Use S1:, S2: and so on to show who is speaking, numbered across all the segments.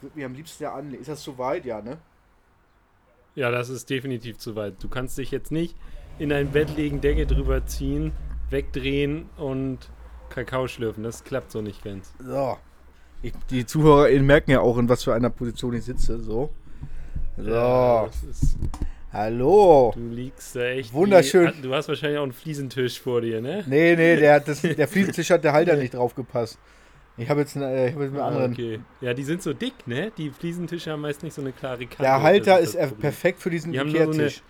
S1: würde mir am liebsten ja anlegen. Ist das zu weit? Ja, ne?
S2: Ja, das ist definitiv zu weit. Du kannst dich jetzt nicht in dein Bett legen, Decke drüber ziehen, wegdrehen und Kakao schlürfen. Das klappt so nicht ganz.
S1: So. Ich, die ZuhörerInnen merken ja auch, in was für einer Position ich sitze. So. So.
S2: Ja, das ist,
S1: Hallo.
S2: du liegst da echt. wie-
S1: Wunderschön.
S2: du hast wahrscheinlich auch einen Fliesentisch vor dir, ne?
S1: Nee, nee, der, hat das, der Fliesentisch hat der Halter nicht drauf gepasst. Ich habe jetzt, einen, äh, ich hab jetzt einen
S2: Ah,
S1: anderen.
S2: Okay. Ja, die sind so dick, ne? Die Fliesentische haben meist nicht so eine klare Kante.
S1: Der Halter
S2: Das
S1: ist
S2: das
S1: äh,
S2: Problem.
S1: perfekt für diesen
S2: Die haben nur so eine-
S1: Ikea-Tisch.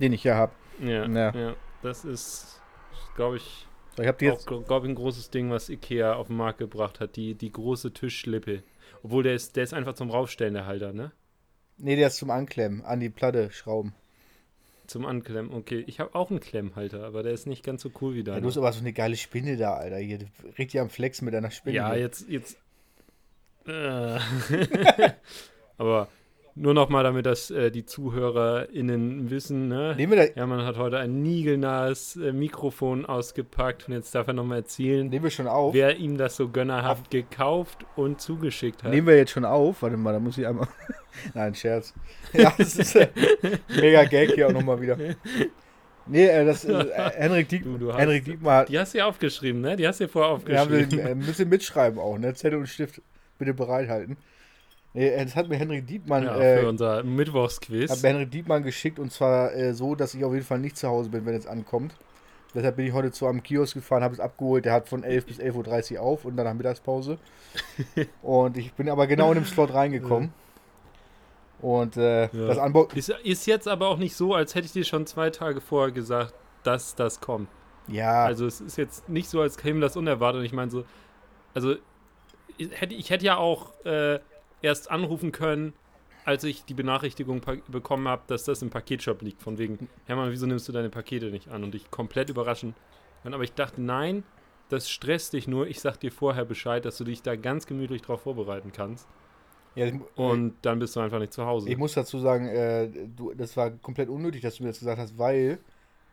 S1: den ich hier habe.
S2: Ja,
S1: Ja.
S2: ja. das ist, glaube ich,
S1: So, ich habe die
S2: auch
S1: jetzt.
S2: glaub ich, ein großes Ding, was Ikea auf den Markt gebracht hat. Die, die große Tischschlippe. Obwohl, der ist, der ist einfach zum Raufstellen, der Halter, ne?
S1: Nee, der ist zum Anklemmen, an die Platte schrauben.
S2: Zum Anklemmen. Okay, ich habe auch einen Klemmhalter, aber der ist nicht ganz so cool wie
S1: Ja,
S2: deiner.
S1: du hast aber so eine geile Spinne da, Alter. Hier, du- richtig am Flexen mit deiner Spinne.
S2: Ja,
S1: hier.
S2: jetzt, jetzt. Äh. Aber nur noch mal, damit das äh, die ZuhörerInnen wissen, ne?
S1: Nehmen wir, da,
S2: Ja, man hat heute ein niegelnahes äh, Mikrofon ausgepackt und jetzt darf er nochmal erzählen,
S1: nehmen wir schon auf.
S2: wer ihm das so gönnerhaft gekauft und zugeschickt hat.
S1: Nehmen wir jetzt schon auf. Warte mal, da muss ich einmal. Nein, Scherz. Ja, das ist äh, mega Gag hier auch nochmal wieder. Nee, äh, das ist äh, Henrik, Diek
S2: Du- du hast-
S1: Henrik Diekmar.
S2: Die hast du ja aufgeschrieben, ne? Die hast du ja vorher
S1: Wir haben den,
S2: aufgeschrieben.
S1: äh, ein bisschen mitschreiben auch, ne? Zettel und Stift bitte bereithalten. Nee, äh, das hat mir Henrik Diekmann,
S2: Ja, für
S1: äh,
S2: unser
S1: hat
S2: Mittwochsquiz.
S1: mir Henrik Diekmann geschickt und zwar äh, so, dass ich auf jeden Fall nicht zu Hause bin, wenn es ankommt. Deshalb bin ich heute zu einem Kiosk gefahren, habe es abgeholt. Der hat von 11 bis 11.30 Uhr auf und dann nach Mittagspause. und ich bin aber genau in dem Slot reingekommen. Und äh,
S2: Ja.
S1: das Anbau.
S2: Ist, ist jetzt aber auch nicht so, als hätte ich dir schon zwei Tage vorher gesagt, dass das kommt.
S1: Ja,
S2: Also es ist jetzt nicht so, als käme das unerwartet. Und ich meine so, also ich hätte, ich hätte ja auch äh, erst anrufen können, als ich die Benachrichtigung pa- bekommen habe, dass das im Paketshop liegt. Von wegen, Hermann, wieso nimmst du deine Pakete nicht an? Und ich komplett überraschend. Und, aber ich dachte, nein, das stresst dich nur. Ich sag dir vorher Bescheid, dass du dich da ganz gemütlich drauf vorbereiten kannst.
S1: ja ich,
S2: Und dann bist du einfach nicht zu Hause.
S1: Hm. ich muss dazu sagen, äh, du, das war komplett unnötig, dass du mir das gesagt hast, weil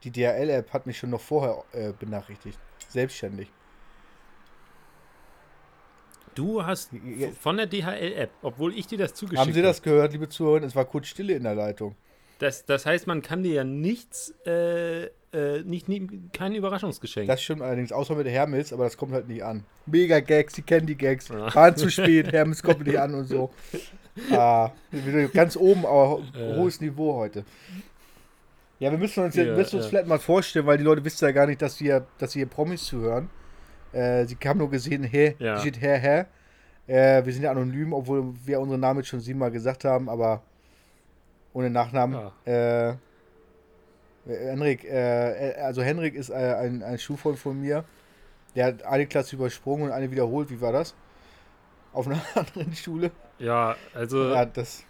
S1: die DHL-App hat mich schon noch vorher äh, benachrichtigt. Selbstständig.
S2: Du hast
S1: Ja.
S2: von der DHL-App, obwohl ich dir das zugeschickt
S1: Haben Sie das gehört, liebe Zuhörer? Es war kurz Stille in der Leitung.
S2: Das, das heißt, man kann dir ja nichts, äh, äh, nicht, nicht, kein Überraschungsgeschenk.
S1: Das stimmt allerdings, außer mit Hermes, aber das kommt halt nicht an. Mega Gags, Sie kennen die Gags.
S2: Ja.
S1: Fahren zu spät, Hermes kommt nicht an und so. Ah, wieder ganz oben, aber ho-
S2: Äh.
S1: hohes Niveau heute. Ja, wir müssen uns, jetzt,
S2: Ja,
S1: müssen uns
S2: ja.
S1: vielleicht mal vorstellen, weil die Leute wissen ja gar nicht, dass wir, dass wir hier Promis zuhören. Äh, sie haben nur gesehen, hä,
S2: Ja.
S1: ja. steht hä, hä. Äh, wir sind ja anonym, obwohl wir unseren Namen jetzt schon siebenmal gesagt haben, aber ohne Nachnamen. Äh, Henrik, äh, äh, also Henrik ist äh, ein, ein Schulfreund von mir. Der hat eine Klasse übersprungen und eine wiederholt. Wie war das? Auf einer anderen Schule.
S2: ja, also
S1: Ja, das.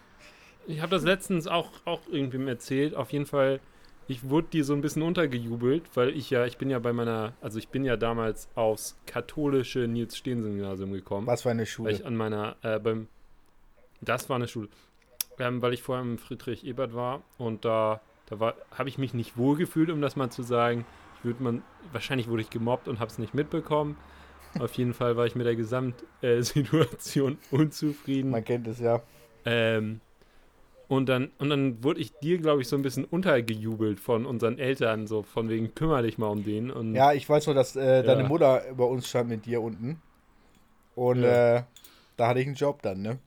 S2: ich habe das letztens auch, auch irgendwem erzählt. Auf jeden Fall, ich wurde dir so ein bisschen untergejubelt, weil ich ja, ich bin ja bei meiner, also ich bin ja damals aufs katholische Nils-Stehensen-Gymnasium gekommen.
S1: Was für eine
S2: Weil ich
S1: Schule.
S2: an meiner, äh, beim, das war eine Schule, ähm, weil ich vorher im Friedrich Ebert war und da, da war, habe ich mich nicht wohl gefühlt, um das mal zu sagen. Ich würd man, wahrscheinlich wurde ich gemobbt und habe es nicht mitbekommen. Auf jeden Fall war ich mit der Gesamtsituation unzufrieden.
S1: Man kennt es ja.
S2: Ähm, und dann, und dann wurde ich dir, glaube ich, so ein bisschen untergejubelt von unseren Eltern, so von wegen, kümmere dich mal um den. Und
S1: Ja, ich weiß nur, dass äh, deine
S2: Ja.
S1: Mutter bei uns stand mit dir unten. Und
S2: Ja.
S1: äh, da hatte ich einen Job dann, ne?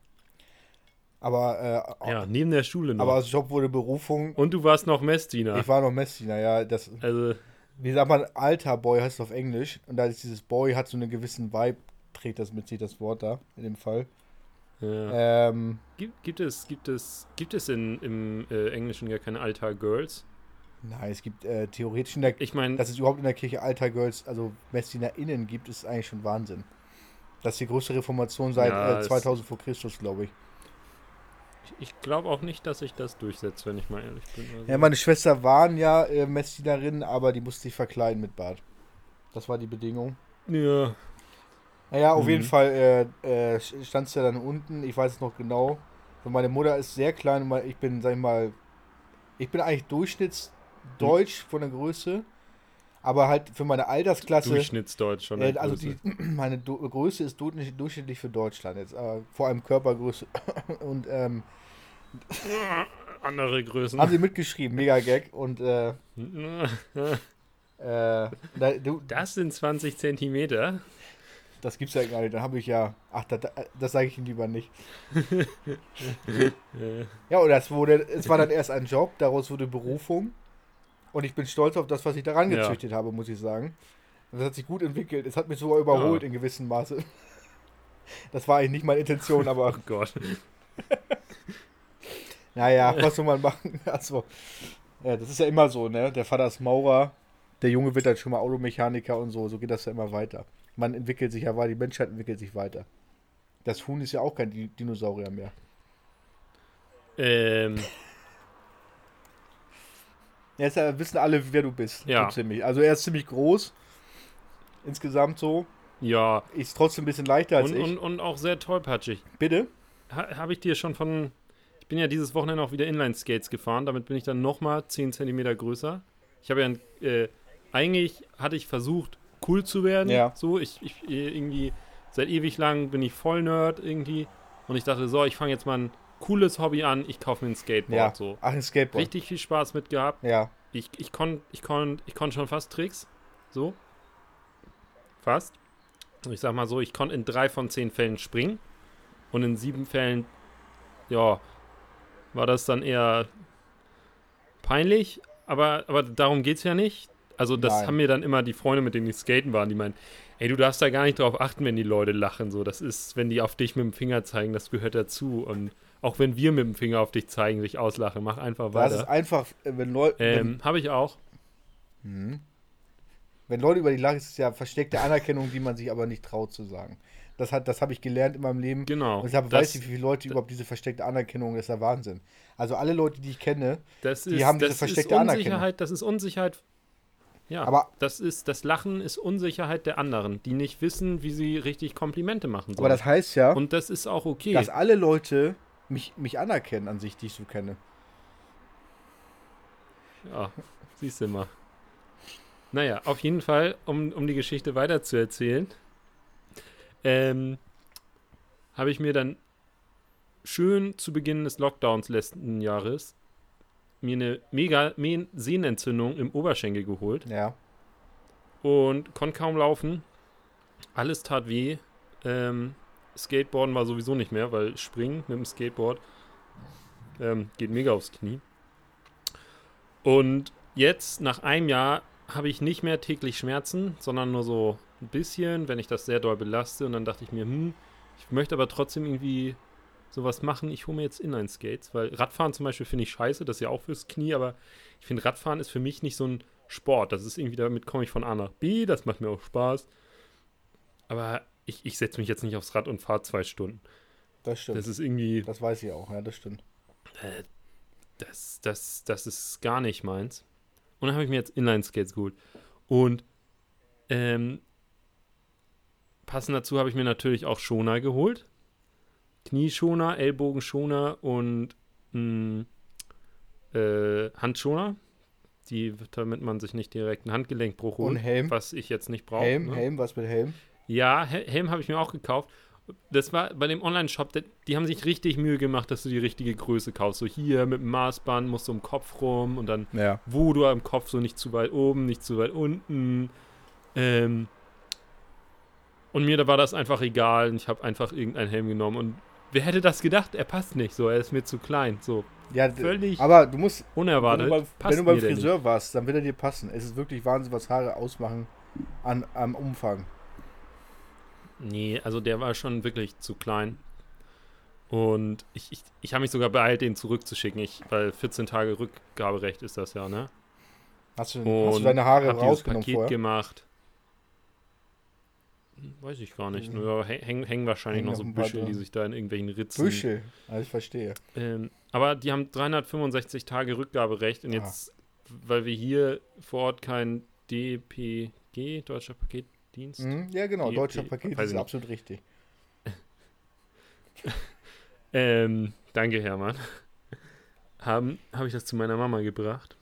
S1: Aber, äh,
S2: ja, genau. neben der Schule noch.
S1: aber aus Job wurde Berufung.
S2: und du warst noch Messdiener.
S1: Ich war noch Messdiener, ja. Das,
S2: also,
S1: wie sagt man, alter Boy heißt es auf Englisch. Und da ist dieses Boy, hat so einen gewissen Vibe, trägt das mit sich das Wort da, in dem Fall.
S2: ja.
S1: Ähm,
S2: Gibt, gibt es, gibt es, gibt es in, im äh, Englischen gar keine Altar Girls?
S1: nein, es gibt äh, theoretisch in der,
S2: Ich meine,
S1: dass es überhaupt in der Kirche alter Girls, also MessdienerInnen gibt, ist eigentlich schon Wahnsinn. Das ist die größte Reformation seit
S2: Ja,
S1: äh,
S2: es-
S1: 2000 vor Christus, glaube ich.
S2: ich glaube auch nicht, dass ich das durchsetze, wenn ich mal ehrlich bin. Also,
S1: Ja, meine Schwester waren ja äh, Messdienerinnen, aber die musste sich verkleiden mit Bart. Das war die Bedingung.
S2: ja.
S1: Naja, auf
S2: Mhm.
S1: jeden Fall äh, äh, stand es ja dann unten, ich weiß es noch genau. Und meine Mutter ist sehr klein und mein- ich bin, sag ich mal, ich bin eigentlich durchschnittsdeutsch von der Größe, Aber halt für meine Altersklasse.
S2: Durchschnittsdeutsch schon.
S1: Äh, also die, meine du Größe ist durchschnittlich durchschnittlich für Deutschland jetzt. Äh, vor allem Körpergröße. Und ähm,
S2: andere Größen.
S1: haben sie mitgeschrieben, mega Gag. Und äh, äh, da, du,
S2: Das sind 20 Zentimeter.
S1: das gibt's ja gar nicht. Dann habe ich ja. Ach, das, das sage ich ihnen lieber nicht.
S2: Äh,
S1: ja, und das wurde, es war dann erst ein Job, daraus wurde Berufung. Und ich bin stolz auf das, was ich da rangezüchtet habe, muss ich sagen. Und das hat sich gut entwickelt. Es hat mich sogar überholt
S2: Ja.
S1: in gewissem Maße. Das war eigentlich nicht meine Intention, aber
S2: Oh Gott.
S1: naja, was soll man machen? Also, ja, das ist ja immer so, ne? Der Vater ist Maurer, der Junge wird dann schon mal Automechaniker und so. So geht das ja immer weiter. Man entwickelt sich ja weiter, die Menschheit entwickelt sich weiter. Das Huhn ist ja auch kein Di- Dinosaurier mehr.
S2: Ähm,
S1: Jetzt äh, wissen alle, wer du bist.
S2: Ja.
S1: So ziemlich. Also er ist ziemlich groß. Insgesamt so.
S2: ja.
S1: Ist trotzdem ein bisschen leichter als
S2: Und,
S1: ich.
S2: und, und auch sehr tollpatschig.
S1: Bitte?
S2: Ha, Habe ich dir schon von. Ich bin ja dieses Wochenende auch wieder Inline-Skates gefahren. Damit bin ich dann nochmal 10 cm größer. Ich habe ja. ein- Äh, eigentlich hatte ich versucht, cool zu werden.
S1: Ja.
S2: So, ich, ich äh, irgendwie. Seit ewig lang bin ich voll Nerd irgendwie. Und ich dachte, so, ich fange jetzt mal ein cooles Hobby an. Ich kaufe mir ein Skateboard.
S1: Ja.
S2: So.
S1: Ach, ein Skateboard.
S2: Richtig viel Spaß mit gehabt.
S1: Ja.
S2: Ich, ich konnte ich konnt, ich konnt schon fast Tricks. So. Fast. Ich sag mal so, ich konnte in drei von zehn Fällen springen. Und in sieben Fällen, ja, war das dann eher peinlich. Aber, aber darum geht's ja nicht. Also, das
S1: Nein.
S2: haben mir dann immer die Freunde, mit denen ich skaten waren, die meinen, ey, du darfst da gar nicht drauf achten, wenn die Leute lachen. So, das ist, wenn die auf dich mit dem Finger zeigen, das gehört dazu. Und auch wenn wir mit dem Finger auf dich zeigen, dich auslachen, mach einfach
S1: Das ist
S2: weiter.
S1: einfach, äh, wenn, Leu
S2: Ähm, Habe ich auch.
S1: wenn, wenn Leute über die lachen, ist es ja versteckte Anerkennung, die man sich aber nicht traut zu sagen. Das, hat- das habe ich gelernt in meinem Leben.
S2: Genau.
S1: Und deshalb
S2: Das-
S1: weiß ich, wie viele Leute überhaupt diese versteckte Anerkennung, das ist ja Wahnsinn. Also alle Leute, die ich kenne,
S2: Das
S1: Die
S2: ist,
S1: haben diese
S2: das ist
S1: versteckte Anerkennung.
S2: Unsicherheit, das ist Unsicherheit. Ja,
S1: Aber-
S2: aber das ist das Lachen ist Unsicherheit der anderen, die nicht wissen, wie sie richtig Komplimente machen sollen.
S1: aber das heißt ja,
S2: und das ist auch okay.
S1: dass alle Leute mich, mich anerkennen an sich, die ich so kenne.
S2: ja, siehst du mal. Naja, auf jeden Fall, um, um die Geschichte weiterzuerzählen, ähm, habe ich mir dann schön zu Beginn des Lockdowns letzten Jahres mir eine mega Me- Sehnenentzündung im Oberschenkel geholt.
S1: Ja.
S2: und konnte kaum laufen. Alles tat weh. Ähm, Skateboarden war sowieso nicht mehr, weil Springen mit dem Skateboard ähm, geht mega aufs Knie. Und jetzt, nach einem Jahr, habe ich nicht mehr täglich Schmerzen, sondern nur so ein bisschen, wenn ich das sehr doll belaste. Und dann dachte ich mir, hm, ich möchte aber trotzdem irgendwie sowas machen. Ich hole mir jetzt Inline-Skates, weil Radfahren zum Beispiel finde ich scheiße, das ist ja auch fürs Knie, aber ich finde, Radfahren ist für mich nicht so ein Sport. Das ist irgendwie, damit komme ich von A nach B, das macht mir auch Spaß. Aber ich, ich setze mich jetzt nicht aufs Rad und fahre zwei Stunden.
S1: Das stimmt.
S2: Das
S1: Das,
S2: ist irgendwie,
S1: weiß ich auch, ja, das stimmt.
S2: das, das, das ist gar nicht meins. Und dann habe ich mir jetzt Inline-Skates geholt. Und ähm, passend dazu habe ich mir natürlich auch Schoner geholt. Knieschoner, Ellbogenschoner und mh, äh, Handschoner. Die, damit man sich nicht direkt einen Handgelenkbruch holt.
S1: Und Helm?
S2: Was ich jetzt nicht brauche.
S1: Helm,
S2: ne?
S1: Helm, was mit Helm?
S2: Ja, Hel- Helm habe ich mir auch gekauft. Das war bei dem Online-Shop, der- die haben sich richtig Mühe gemacht, dass du die richtige Größe kaufst. So hier mit dem Maßband musst du im Kopf rum und dann
S1: Ja.
S2: wo du am Kopf so nicht zu weit oben, nicht zu weit unten. Ähm, und mir da war das einfach egal und ich habe einfach irgendeinen Helm genommen. Und wer hätte das gedacht? Er passt nicht so, er ist mir zu klein. So
S1: Ja, d-
S2: Völlig
S1: aber du musst, wenn du,
S2: unerwartet.
S1: beim,
S2: passt
S1: wenn du beim
S2: mir der
S1: Friseur warst, dann wird er dir passen. Es ist wirklich Wahnsinn, was Haare ausmachen an, am Umfang.
S2: nicht. Nee, also der war schon wirklich zu klein. Und ich, ich, ich habe mich sogar beeilt, den zurückzuschicken, ich, weil 14 Tage Rückgaberecht ist das ja, ne?
S1: Hast du,
S2: Und
S1: hast du deine Haare
S2: hab dieses
S1: rausgenommen
S2: Paket
S1: vorher?
S2: gemacht. Hm, Weiß ich gar nicht. Nur häng- hängen hängen wahrscheinlich
S1: Mhm. Hängen noch
S2: noch so
S1: ein paar
S2: Büschel, die
S1: dran.
S2: sich da in irgendwelchen Ritzen.
S1: Büschel, also ich verstehe.
S2: Ähm, aber die haben 365 Tage Rückgaberecht und
S1: Ah.
S2: jetzt, weil wir hier vor Ort kein DPG, Deutscher Paketdienst,
S1: Mhm, ja, genau,
S2: Die-
S1: deutscher
S2: die-
S1: Paket
S2: weiß
S1: ist
S2: ich nicht.
S1: absolut richtig.
S2: Ähm, danke, Hermann. Haben, habe ich das zu meiner Mama gebracht.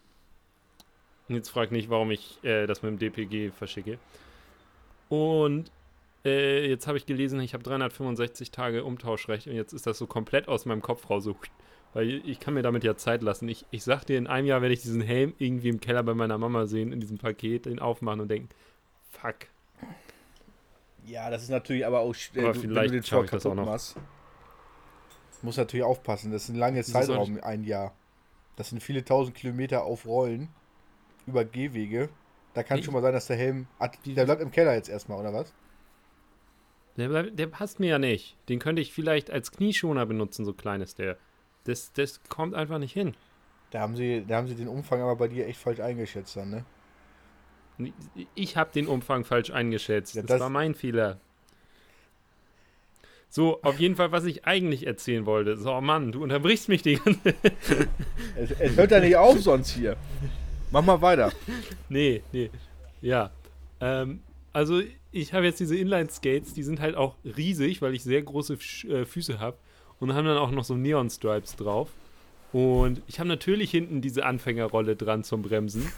S2: Und jetzt frag nicht, warum ich äh, das mit dem DPG verschicke. Und äh, jetzt habe ich gelesen, ich habe 365 Tage Umtauschrecht und jetzt ist das so komplett aus meinem Kopf raus. So, weil ich kann mir damit ja Zeit lassen. Ich, ich sag dir, in einem Jahr werde ich diesen Helm irgendwie im Keller bei meiner Mama sehen, in diesem Paket, den aufmachen und denken, fuck.
S1: Ja, das ist natürlich aber auch äh,
S2: Aber
S1: du- wenn
S2: vielleicht
S1: du den
S2: schaff
S1: Tor
S2: ich das
S1: kaputt
S2: auch noch.
S1: machst. Muss natürlich aufpassen, das ist ein langer
S2: soll ich-
S1: Zeitraum, ein Jahr. Das sind viele tausend Kilometer auf Rollen über Gehwege. Da kann
S2: Wie-
S1: schon mal sein, dass der Helm. Ah, Der bleibt im Keller jetzt erstmal, oder was?
S2: Der, bleib- der passt mir ja nicht. Den könnte ich vielleicht als Knieschoner benutzen, so klein ist der. Das, das kommt einfach nicht hin.
S1: Da haben sie, da haben sie den Umfang aber bei dir echt falsch eingeschätzt dann, ne?
S2: Ich habe den Umfang falsch eingeschätzt.
S1: Ja,
S2: das,
S1: das-
S2: war mein Fehler. So, auf jeden Fall, was ich eigentlich erzählen wollte. So, oh Mann, du unterbrichst mich die ganze
S1: Es, es hört ja nicht auf sonst hier. Mach mal weiter.
S2: Nee, nee. Ja. Ähm, also ich habe jetzt diese Inline-Skates, die sind halt auch riesig, weil ich sehr große Sch äh, Füße habe und haben dann auch noch so Neon-Stripes drauf. Und ich habe natürlich hinten diese Anfängerrolle dran zum Bremsen,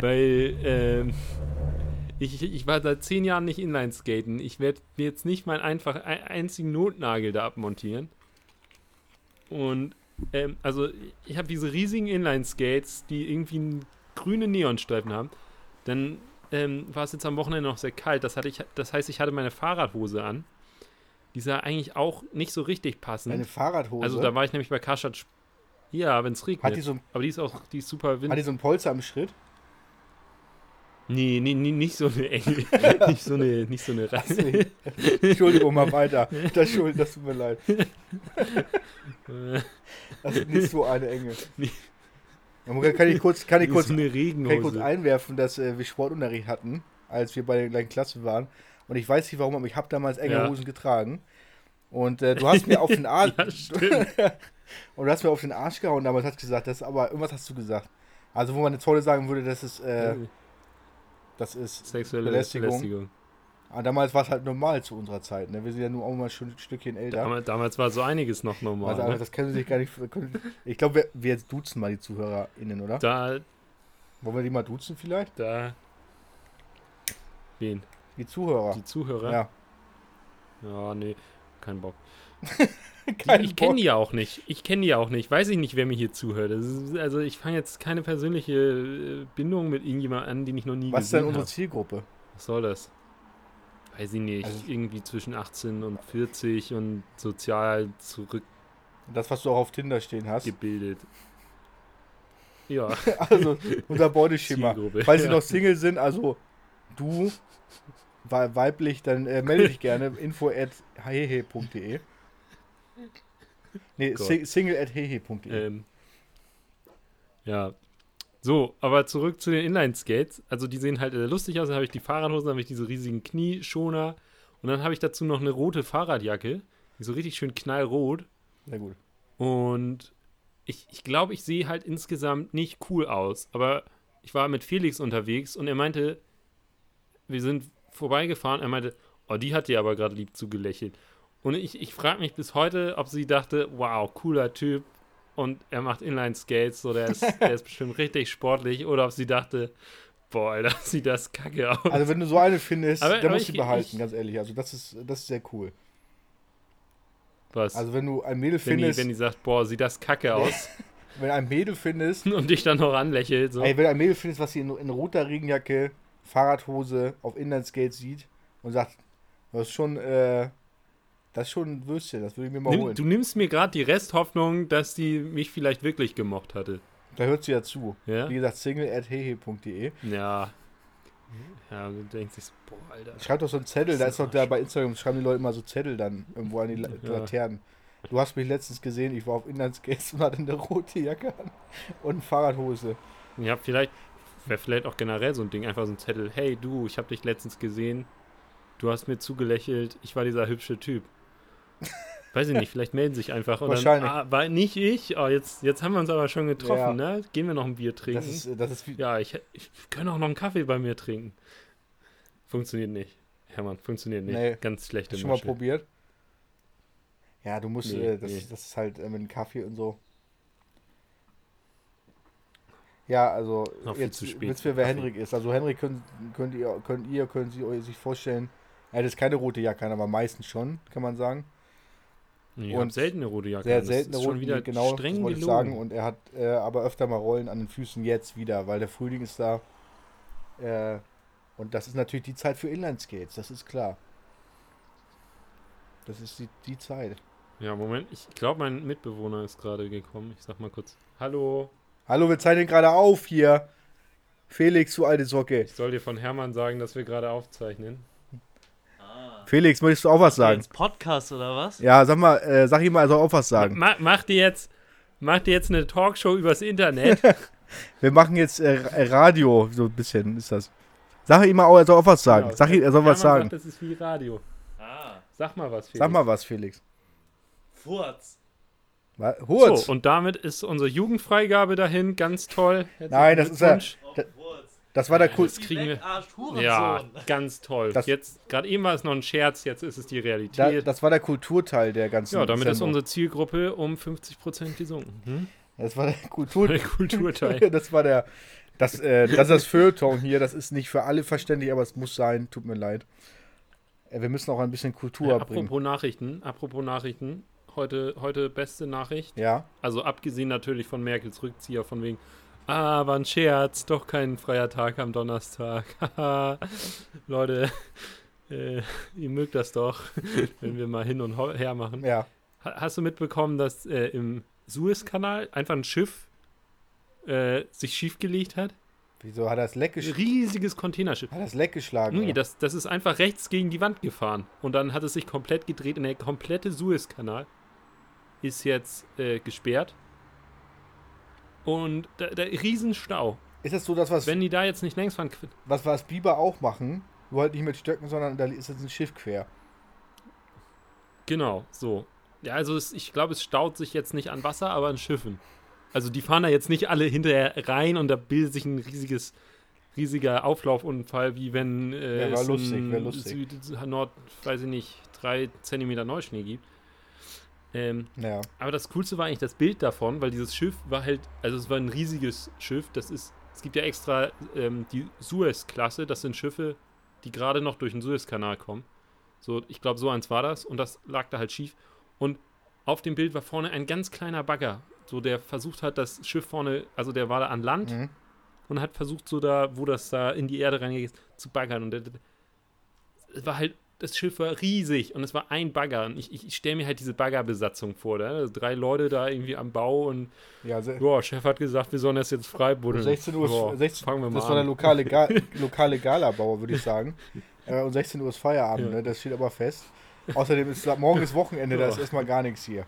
S2: weil ähm, ich, ich war seit zehn Jahren nicht Inline-Skaten. Ich werde mir jetzt nicht meinen einfach ein- einzigen Notnagel da abmontieren. Und ähm, also ich habe diese riesigen Inline-Skates, die irgendwie einen grüne Neonstreifen haben, dann ähm, war es jetzt am Wochenende noch sehr kalt. Das, hatte ich, das heißt, ich hatte meine Fahrradhose an. Die sah eigentlich auch nicht so richtig passend.
S1: Eine Fahrradhose.
S2: Also da war ich nämlich bei Kaschat. sp- Ja, wenn es regnet.
S1: hat, die so,
S2: aber die ist auch, die ist super
S1: hat die
S2: windig.
S1: so einen Polster am Schritt?
S2: Nee, nee, nee, nicht so eine enge. nicht so eine, nicht so eine Rasse.
S1: Entschuldigung, mal weiter. Das, schuld, das tut mir leid.
S2: Äh,
S1: Das ist nicht so eine Enge.
S2: Nee.
S1: Ja, Kann ich kurz, kann ich
S2: Äh, nicht
S1: kurz
S2: so eine
S1: kann ich kurz
S2: Regenhose.
S1: einwerfen, dass äh, wir Sportunterricht hatten, als wir bei der gleichen Klasse waren. Und ich weiß nicht warum, aber ich habe damals enge
S2: Ja.
S1: Hosen getragen. Und äh, du hast mir auf den Arsch
S2: Ja, stimmt.
S1: und du hast mir auf den Arsch gehauen damals hast gesagt, das ist aber irgendwas hast du gesagt. Also wo man jetzt heute sagen würde, das ist äh, das ist
S2: Sexuelle
S1: Belästigung.
S2: Belästigung.
S1: aber damals war es halt normal zu unserer Zeit, ne? Wir sind ja nur auch mal schon ein Stückchen älter.
S2: Damals, damals war so einiges noch normal.
S1: Also, aber
S2: ne?
S1: das können sie sich gar nicht können, Ich glaube, wir, wir jetzt duzen mal die ZuhörerInnen, oder?
S2: Da,
S1: Wollen wir die mal duzen vielleicht?
S2: da. Wen?
S1: Die Zuhörer.
S2: Die Zuhörer?
S1: ja.
S2: Ja, nee, kein Bock.
S1: Kein
S2: ich kenne
S1: Bock.
S2: die ja auch nicht. Ich kenne die ja auch nicht. Weiß ich nicht, wer mir hier zuhört. Das ist, also ich fange jetzt keine persönliche äh, Bindung mit irgendjemandem an, den ich noch nie
S1: Was ist denn
S2: gesehen
S1: unsere
S2: habe.
S1: Zielgruppe?
S2: Was soll das? Weiß ich nicht.
S1: Also-
S2: Irgendwie zwischen 18 und 40 und sozial
S1: Das, was du auch auf Tinder stehen hast.
S2: zurückgebildet. Ja,
S1: Also unser Beuteschema.
S2: Zielgruppe.
S1: Falls sie
S2: Ja.
S1: noch Single sind, also du wei- weiblich, dann äh, melde dich gerne. Info at hehe.de. Nee,
S2: Gott.
S1: sing single at hehe.de.
S2: Ähm, ja. So, aber zurück zu den Inline-Skates. Also die sehen halt äh, lustig aus. Dann habe ich die Fahrradhosen, dann habe ich diese riesigen Knieschoner. Und dann habe ich dazu noch eine rote Fahrradjacke. Die ist so richtig schön knallrot.
S1: Na gut.
S2: Und ich, ich glaube, ich sehe halt insgesamt nicht cool aus. Aber ich war mit Felix unterwegs und er meinte, wir sind vorbeigefahren. Er meinte, oh, die hat dir aber gerade lieb zugelächelt. Und ich, ich frage mich bis heute, ob sie dachte, wow, cooler Typ. Und er macht Inline-Skates, so der ist, der ist bestimmt richtig sportlich. Oder ob sie dachte, boah, Alter, sieht das kacke aus.
S1: Also wenn du so eine findest,
S2: Aber-
S1: dann
S2: aber
S1: musst du
S2: ich-
S1: die behalten,
S2: ich-
S1: ganz ehrlich. Also das ist, das ist sehr cool.
S2: Was?
S1: Also wenn du ein Mädel
S2: wenn, die,
S1: findest,
S2: wenn die sagt, boah, sieht das kacke aus.
S1: wenn ein Mädel findest,
S2: und dich dann noch anlächelt. So.
S1: Ey, wenn du ein Mädel findest, was sie in, in roter Regenjacke, Fahrradhose, auf Inlineskates sieht und sagt, das ist schon, äh, das ist schon ein Würstchen, das würde ich mir mal
S2: Nimm,
S1: holen.
S2: du nimmst mir gerade die Resthoffnung, dass die mich vielleicht wirklich gemocht hatte.
S1: Da hört sie ja zu.
S2: Ja?
S1: Wie gesagt, single.hehe.de.
S2: Ja. Ja, du denkst dich so, boah, Alter.
S1: Schreibt doch so einen Zettel, da ist doch da bei Instagram, schreiben die Leute immer so Zettel dann irgendwo an die La-
S2: Ja.
S1: Laternen. Du hast mich letztens gesehen, ich war auf Inlineskates und hatte eine rote Jacke an und eine Fahrradhose.
S2: Ja, vielleicht wäre vielleicht auch generell so ein Ding, einfach so ein Zettel. Hey, du, ich habe dich letztens gesehen. Du hast mir zugelächelt. Ich war dieser hübsche Typ. Weiß ich nicht, vielleicht melden sich einfach. Und
S1: Wahrscheinlich.
S2: Dann, ah, war nicht ich. Oh, jetzt, jetzt haben wir uns aber schon getroffen, ne? Gehen wir noch ein Bier trinken.
S1: Das ist, äh, das ist wie,
S2: Ja, ich, ich könnte auch noch einen Kaffee bei mir trinken. Funktioniert nicht. Hermann, funktioniert nicht.
S1: Nee.
S2: Ganz schlechte
S1: schon mal
S2: Masche.
S1: probiert. Ja, du musst,
S2: Nee,
S1: äh, das,
S2: nee.
S1: das ist halt äh, mit dem Kaffee und so. Ja, also
S2: Noch viel
S1: jetzt
S2: zu spät
S1: wisst
S2: für
S1: ihr, wer
S2: Kaffee.
S1: Henrik ist. Also Henrik könnt, könnt ihr, könnt ihr, können Sie euch sich vorstellen. Er hat jetzt keine rote Jacke an, aber meistens schon, kann man sagen.
S2: Ich
S1: Und
S2: habe seltene rote Jacke.
S1: Sehr
S2: an. das
S1: seltene
S2: ist schon
S1: rote
S2: wieder
S1: genau,
S2: streng
S1: das wollte
S2: gelogen.
S1: ich sagen. Und er hat äh, aber öfter mal Rollen an den Füßen jetzt wieder, weil der Frühling ist da. Äh, und das ist natürlich die Zeit für Inlineskates, das ist klar. Das ist die, die Zeit.
S2: ja, Moment. Ich glaube, mein Mitbewohner ist gerade gekommen. Ich sag mal kurz Hallo.
S1: Hallo, wir zeichnen gerade auf hier. Felix, du alte Socke.
S2: Ich soll dir von Hermann sagen, dass wir gerade aufzeichnen.
S3: Ah.
S1: Felix, möchtest du auch was sagen?
S3: Als Podcast oder was?
S1: Ja, sag mal, äh, sag ihm mal, er soll auch was sagen.
S2: Ma mach, dir jetzt, mach dir jetzt eine Talkshow übers Internet.
S1: Wir machen jetzt äh, Ra- Radio, so ein bisschen ist das. Sag ihm mal, auch, er soll auch was sagen.
S2: Genau.
S1: Sag ihm, er soll was
S2: Hermann
S1: sagen.
S2: Sagt, das ist wie Radio.
S3: Ah,
S2: Sag mal was, Felix.
S1: Sag mal was, Felix.
S3: Furz.
S1: Wa- Hurz.
S2: So, und damit ist unsere Jugendfreigabe dahin. Ganz toll. Herzlichen
S1: Nein, das ist ja-
S2: Glückwunsch.
S3: Oh,
S1: Da-
S3: Furz.
S1: das war der Kurz.
S2: das kriegen wir-
S3: Weg, Arsch, Hurensohn.
S2: Ja, ganz toll.
S1: Das-
S2: jetzt, gerade eben war es noch ein Scherz, jetzt ist es die
S1: Da,
S2: Realität.
S1: das war der Kulturteil der ganzen
S2: ja, damit ist
S1: Sendung.
S2: unsere Zielgruppe um 50% gesunken. Hm?
S1: Das war der Kultur.
S2: Der Kulturteil.
S1: das war der. Das, äh, das ist das Feuilleton hier. Das ist nicht für alle verständlich, aber es muss sein. Tut mir leid. Äh, wir müssen auch ein bisschen Kultur
S2: Ja,
S1: bringen.
S2: apropos Nachrichten, apropos Nachrichten. Heute, heute beste Nachricht.
S1: Ja.
S2: Also abgesehen natürlich von Merkels Rückzieher von wegen, ah, war ein Scherz, doch kein freier Tag am Donnerstag. Haha. Leute, äh, ihr mögt das doch, wenn wir mal hin und ho- her machen.
S1: Ja.
S2: Ha- Hast du mitbekommen, dass äh, im Suezkanal einfach ein Schiff äh, sich schiefgelegt hat?
S1: Wieso hat er das Leck, gesch
S2: Riesiges Containerschiff.
S1: hat er das Leck geschlagen?
S2: Nee,
S1: oder?
S2: das, das ist einfach rechts gegen die Wand gefahren. Und dann hat es sich komplett gedreht und der komplette Suezkanal ist jetzt äh, gesperrt. Und da, da Riesenstau.
S1: ist das so das, was,
S2: Wenn die da jetzt nicht längs fahren, qu-
S1: was, was Biber auch machen? Nur halt nicht mit Stöcken, sondern da ist jetzt ein Schiff quer.
S2: genau, so. Ja, also es, ich glaube, es staut sich jetzt nicht an Wasser, aber an Schiffen. Also die fahren da jetzt nicht alle hinterher rein und da bildet sich ein riesiges, riesiger Auflaufunfall, wie wenn äh,
S1: Ja, war
S2: es
S1: lustig,
S2: in
S1: wär lustig.
S2: Süd, Nord, weiß ich nicht, drei Zentimeter Neuschnee gibt. Ähm,
S1: Ja.
S2: Aber das Coolste war eigentlich das Bild davon, weil dieses Schiff war halt, also es war ein riesiges Schiff. Das ist, es gibt ja extra ähm, die Suez-Klasse, das sind Schiffe, die gerade noch durch den Suezkanal kommen. So, ich glaube, so eins war das und das lag da halt schief. Und auf dem Bild war vorne ein ganz kleiner Bagger, so der versucht hat, das Schiff vorne, also der war da an Land
S1: Mhm.
S2: und hat versucht, so da, wo das da in die Erde reingeht, zu baggern. Und der- der- es war halt, das Schiff war riesig und es war ein Bagger. Und ich, ich, ich stelle mir halt diese Baggerbesatzung vor, da. Also drei Leute da irgendwie am Bau und
S1: Ja, also se-
S2: ja, Chef hat gesagt, wir sollen das jetzt freibuddeln.
S1: um 16 Uhr,
S2: Joa,
S1: ist, 16,
S2: Hm. fangen wir mal
S1: das war der
S2: an.
S1: lokale, Ga lokale Galabauer, würde ich sagen. Äh, um 16 Uhr ist Feierabend,
S2: Ja.
S1: ne? das steht aber fest. Außerdem ist morgen ist Wochenende, da ist
S2: Ja.
S1: erstmal gar nichts hier.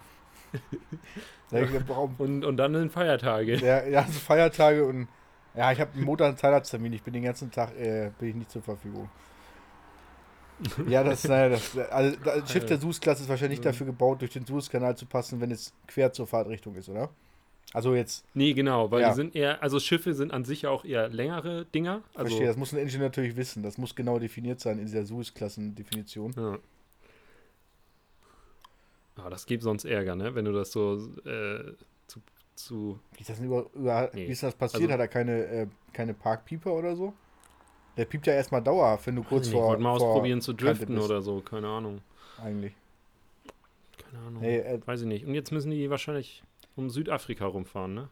S1: Da ich, wir brauchen,
S2: Und, und dann sind Feiertage.
S1: ja, ja, so Feiertage und ja, ich habe einen Montag einen Zahnarzttermin, ich bin den ganzen Tag äh, bin ich nicht zur Verfügung. Ja, das, naja, das, also, das Schiff der Suezklasse ist wahrscheinlich nicht dafür gebaut, durch den Suezkanal zu passen, wenn es quer zur Fahrtrichtung ist, oder? Also jetzt,
S2: Nee, genau, weil
S1: Ja.
S2: die sind eher, also Schiffe sind an sich ja auch eher längere Dinger. Also,
S1: verstehe, das muss ein Ingenieur natürlich wissen, das muss genau definiert sein in dieser Suezklassendefinition.
S2: Ja. Aber das gibt sonst Ärger, ne? Wenn du das so äh, zu, zu.
S1: Wie ist das, denn über, über,
S2: Nee.
S1: wie ist das passiert?
S2: Also-
S1: Hat er keine, äh, keine Parkpieper oder so? Der piept ja erstmal dauerhaft, wenn du kurz
S2: ich
S1: vor.
S2: wollte mal
S1: vor
S2: ausprobieren zu
S1: Kante
S2: driften
S1: bist,
S2: oder so, keine Ahnung.
S1: Eigentlich.
S2: Keine Ahnung.
S1: Nee, äh,
S2: Weiß ich nicht. Und jetzt müssen die wahrscheinlich um Südafrika rumfahren, ne?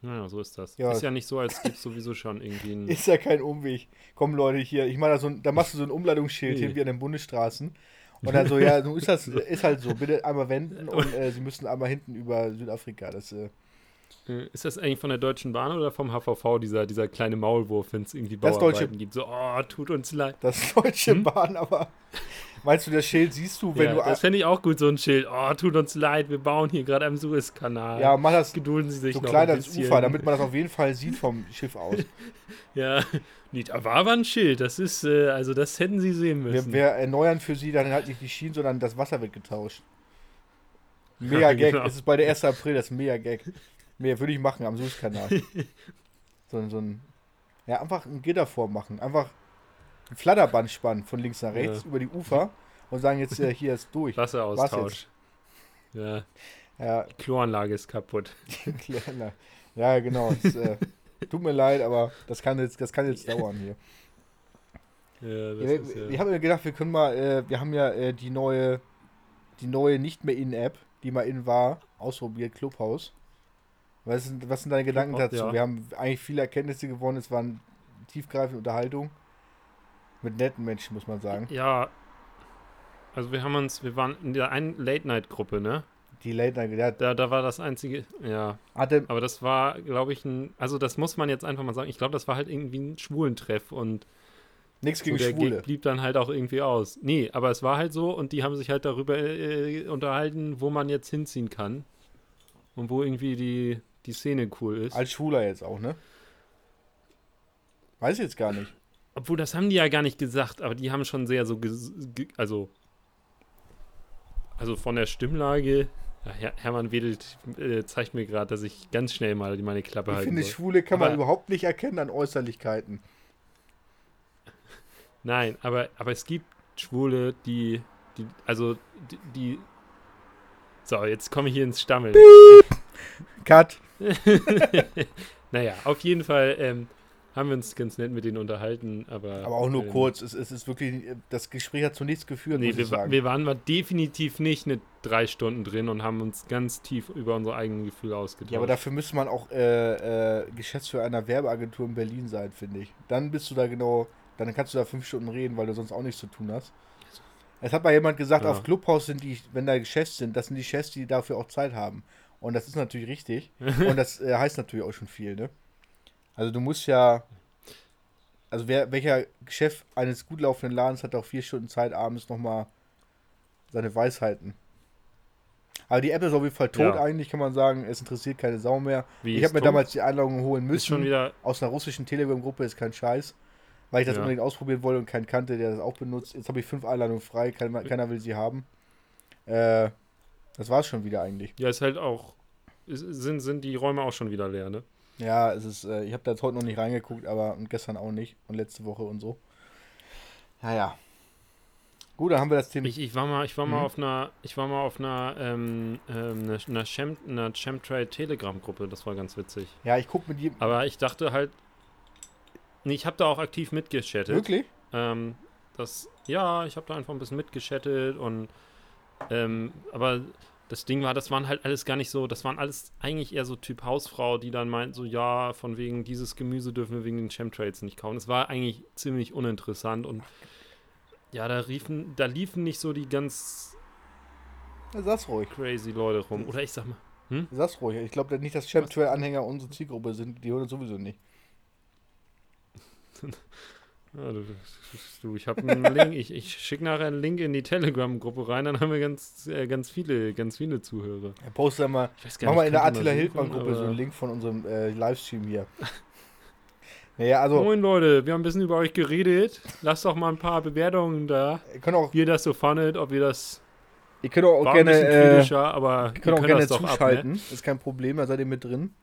S2: Naja, so ist das.
S1: Ja.
S2: Ist ja nicht so, als gibt es sowieso schon irgendwie einen.
S1: ist ja kein Umweg. Komm, Leute, hier. Ich meine, da, so ein, da machst du so ein Umleitungsschild
S2: Nee.
S1: hier wie an den Bundesstraßen. Und dann so, ja, so ist das, ist halt so. Bitte einmal wenden und äh, sie müssen einmal hinten über Südafrika. Das, äh,
S2: Äh, Ist das eigentlich von der Deutschen Bahn oder vom HVV, dieser, dieser kleine Maulwurf, wenn es irgendwie
S1: Das
S2: Bauarbeiten
S1: Deutsche-
S2: gibt? So, oh, tut uns leid.
S1: das ist Deutsche Bahn, aber meinst du, das Schild siehst du, wenn
S2: ja,
S1: du.
S2: das fände ich auch gut, so ein Schild. Oh, tut uns leid, wir bauen hier gerade am Suezkanal.
S1: ja, mach das
S2: Gedulden Sie sich
S1: so
S2: noch
S1: klein
S2: ein
S1: ans
S2: bisschen.
S1: Ufer, damit man das auf jeden Fall sieht vom Schiff aus.
S2: Ja, nicht, aber war aber ein Schild. Das ist, äh, also das hätten sie sehen
S1: Wir,
S2: müssen.
S1: wir erneuern für sie dann halt nicht die Schienen, sondern das Wasser wird getauscht. Mega Gag.
S2: genau.
S1: Das ist bei der 1. April, das ist ein mega Gag. Mehr würde ich machen am Suezkanal. so, ein- so ein. Ja, einfach ein Gitter vormachen. Einfach ein Flatterband spannen von links nach rechts
S2: Ja.
S1: über die Ufer und sagen jetzt, äh, hier ist durch.
S2: Wasseraustausch. ja,
S1: Ja,
S2: Kloranlage ist kaputt.
S1: kleiner. ja genau. Das, äh, Tut mir leid, aber das kann jetzt, das kann jetzt dauern hier.
S2: Ja, das
S1: Ja,
S2: ist,
S1: Ich
S2: ja.
S1: habe mir gedacht, wir können mal, äh, wir haben ja äh, die neue, die neue nicht mehr in-App, die mal in war, ausprobiert, Clubhouse. Was sind, was sind deine Gedanken
S2: Clubhouse,
S1: dazu?
S2: ja.
S1: Wir haben eigentlich viele Erkenntnisse gewonnen, es waren tiefgreifende Unterhaltung. Mit netten Menschen, muss man sagen.
S2: ja. Also wir haben uns, wir waren in der einen Late-Night-Gruppe, ne?
S1: Die Late Night, der hat-
S2: Da, da war das einzige, ja.
S1: hatte,
S2: Aber das war, glaube ich, ein, also das muss man jetzt einfach mal sagen. Ich glaube, das war halt irgendwie ein Schwulentreff und
S1: nichts
S2: so
S1: gegen
S2: der
S1: Schwule.
S2: Gig blieb dann halt auch irgendwie aus. Nee, aber es war halt so und die haben sich halt darüber äh, unterhalten, wo man jetzt hinziehen kann und wo irgendwie die, die Szene cool ist.
S1: Als Schwuler jetzt auch, ne? Weiß ich jetzt gar nicht.
S2: Obwohl, das haben die ja gar nicht gesagt, aber die haben schon sehr so, ges- ge- also, also von der Stimmlage. Ja, Her Hermann wedelt, äh, zeigt mir gerade, dass ich ganz schnell mal meine Klappe
S1: Ich
S2: halten
S1: finde,
S2: soll.
S1: Schwule kann man
S2: Aber-
S1: überhaupt nicht erkennen an Äußerlichkeiten.
S2: Nein, aber, aber es gibt Schwule, die, die also, die, die so, jetzt komme ich hier ins Stammeln.
S1: Cut.
S2: Naja, auf jeden Fall ähm, haben wir uns ganz nett mit denen unterhalten, aber
S1: Aber auch nur
S2: ähm,
S1: kurz. Es, es ist wirklich, äh, das Gespräch hat zu nichts geführt,
S2: Nee,
S1: muss ich
S2: wir, wa-
S1: sagen.
S2: wir waren mal definitiv nicht eine drei Stunden drin und haben uns ganz tief über unsere eigenen Gefühle ausgetauscht.
S1: ja, aber dafür müsste man auch äh, äh, Geschäftsführer einer Werbeagentur in Berlin sein, finde ich. Dann bist du da genau, dann kannst du da fünf Stunden reden, weil du sonst auch nichts zu tun hast. Es hat mal jemand gesagt,
S2: Ja.
S1: auf Clubhaus sind die, wenn da Chefs sind, das sind die Chefs, die dafür auch Zeit haben. Und das ist natürlich richtig. Und das äh, heißt natürlich auch schon viel, ne? Also du musst ja, also wer, welcher Chef eines gut laufenden Ladens hat auch vier Stunden Zeit abends nochmal seine Weisheiten. Aber die App ist auf jeden Fall tot
S2: Ja.
S1: eigentlich, kann man sagen. Es interessiert keine Sau mehr.
S2: Wie,
S1: ich
S2: ist
S1: habe mir
S2: tot?
S1: damals die Einladung holen
S2: ist schon
S1: müssen.
S2: wieder,
S1: Aus einer russischen Telegram-Gruppe ist kein Scheiß. Weil ich das
S2: Ja.
S1: unbedingt ausprobieren wollte und keinen kannte, der das auch benutzt. Jetzt habe ich fünf Einladungen frei, keiner, keiner will sie haben. Äh, das war's schon wieder eigentlich.
S2: ja, ist halt auch, ist, sind, sind die Räume auch schon wieder leer, ne?
S1: Ja, es ist, äh, ich habe da jetzt heute noch nicht reingeguckt, aber und gestern auch nicht und letzte Woche und so. Naja. Gut, dann haben wir das Thema.
S2: Ich, ich war mal, ich war mal
S1: Mhm.
S2: auf einer, ich war mal auf einer, ähm, ähm, einer, einer, Chem, einer Chemtrail Telegram Gruppe. Das war ganz witzig.
S1: ja, ich gucke mit jedem.
S2: Aber ich dachte halt, nee, ich habe da auch aktiv mitgeschattet.
S1: Wirklich?
S2: Ähm, das, ja, ich habe da einfach ein bisschen mitgeschattet und, ähm, aber das Ding war, das waren halt alles gar nicht so, das waren alles eigentlich eher so Typ Hausfrau, die dann meint so, ja, von wegen dieses Gemüse dürfen wir wegen den Chemtrails nicht kaufen. Es war eigentlich ziemlich uninteressant und ja, da riefen, da liefen nicht so die ganz
S1: Ja, sag's ruhig.
S2: crazy Leute rum. Oder ich sag mal,
S1: Sag's ruhig. Ich glaube nicht, dass Chemtrail-Anhänger unsere Zielgruppe sind. Die hören uns sowieso nicht.
S2: ja, du, du, ich habe einen Link, ich, ich schicke nachher einen Link in die Telegram-Gruppe rein, dann haben wir ganz, äh, ganz viele, ganz viele Zuhörer.
S1: Ja, Post da mal.
S2: Ich weiß
S1: Mach mal in der
S2: könnte
S1: Attila
S2: mal suchen,
S1: Hildmann-Gruppe so
S2: aber-
S1: einen Link von unserem äh, Livestream hier. naja, also,
S2: Moin Leute, wir haben ein bisschen über euch geredet. Lasst doch mal ein paar Bewertungen da.
S1: ihr könnt auch,
S2: Wie ihr das so fandet, ob ihr das
S1: ihr könnt auch
S2: war
S1: gerne.
S2: ein bisschen
S1: Äh,
S2: kritischer, aber ihr
S1: Ihr könnt auch
S2: könnt
S1: gerne
S2: das doch ne?
S1: zuschalten. Ist kein Problem, da seid ihr mit drin.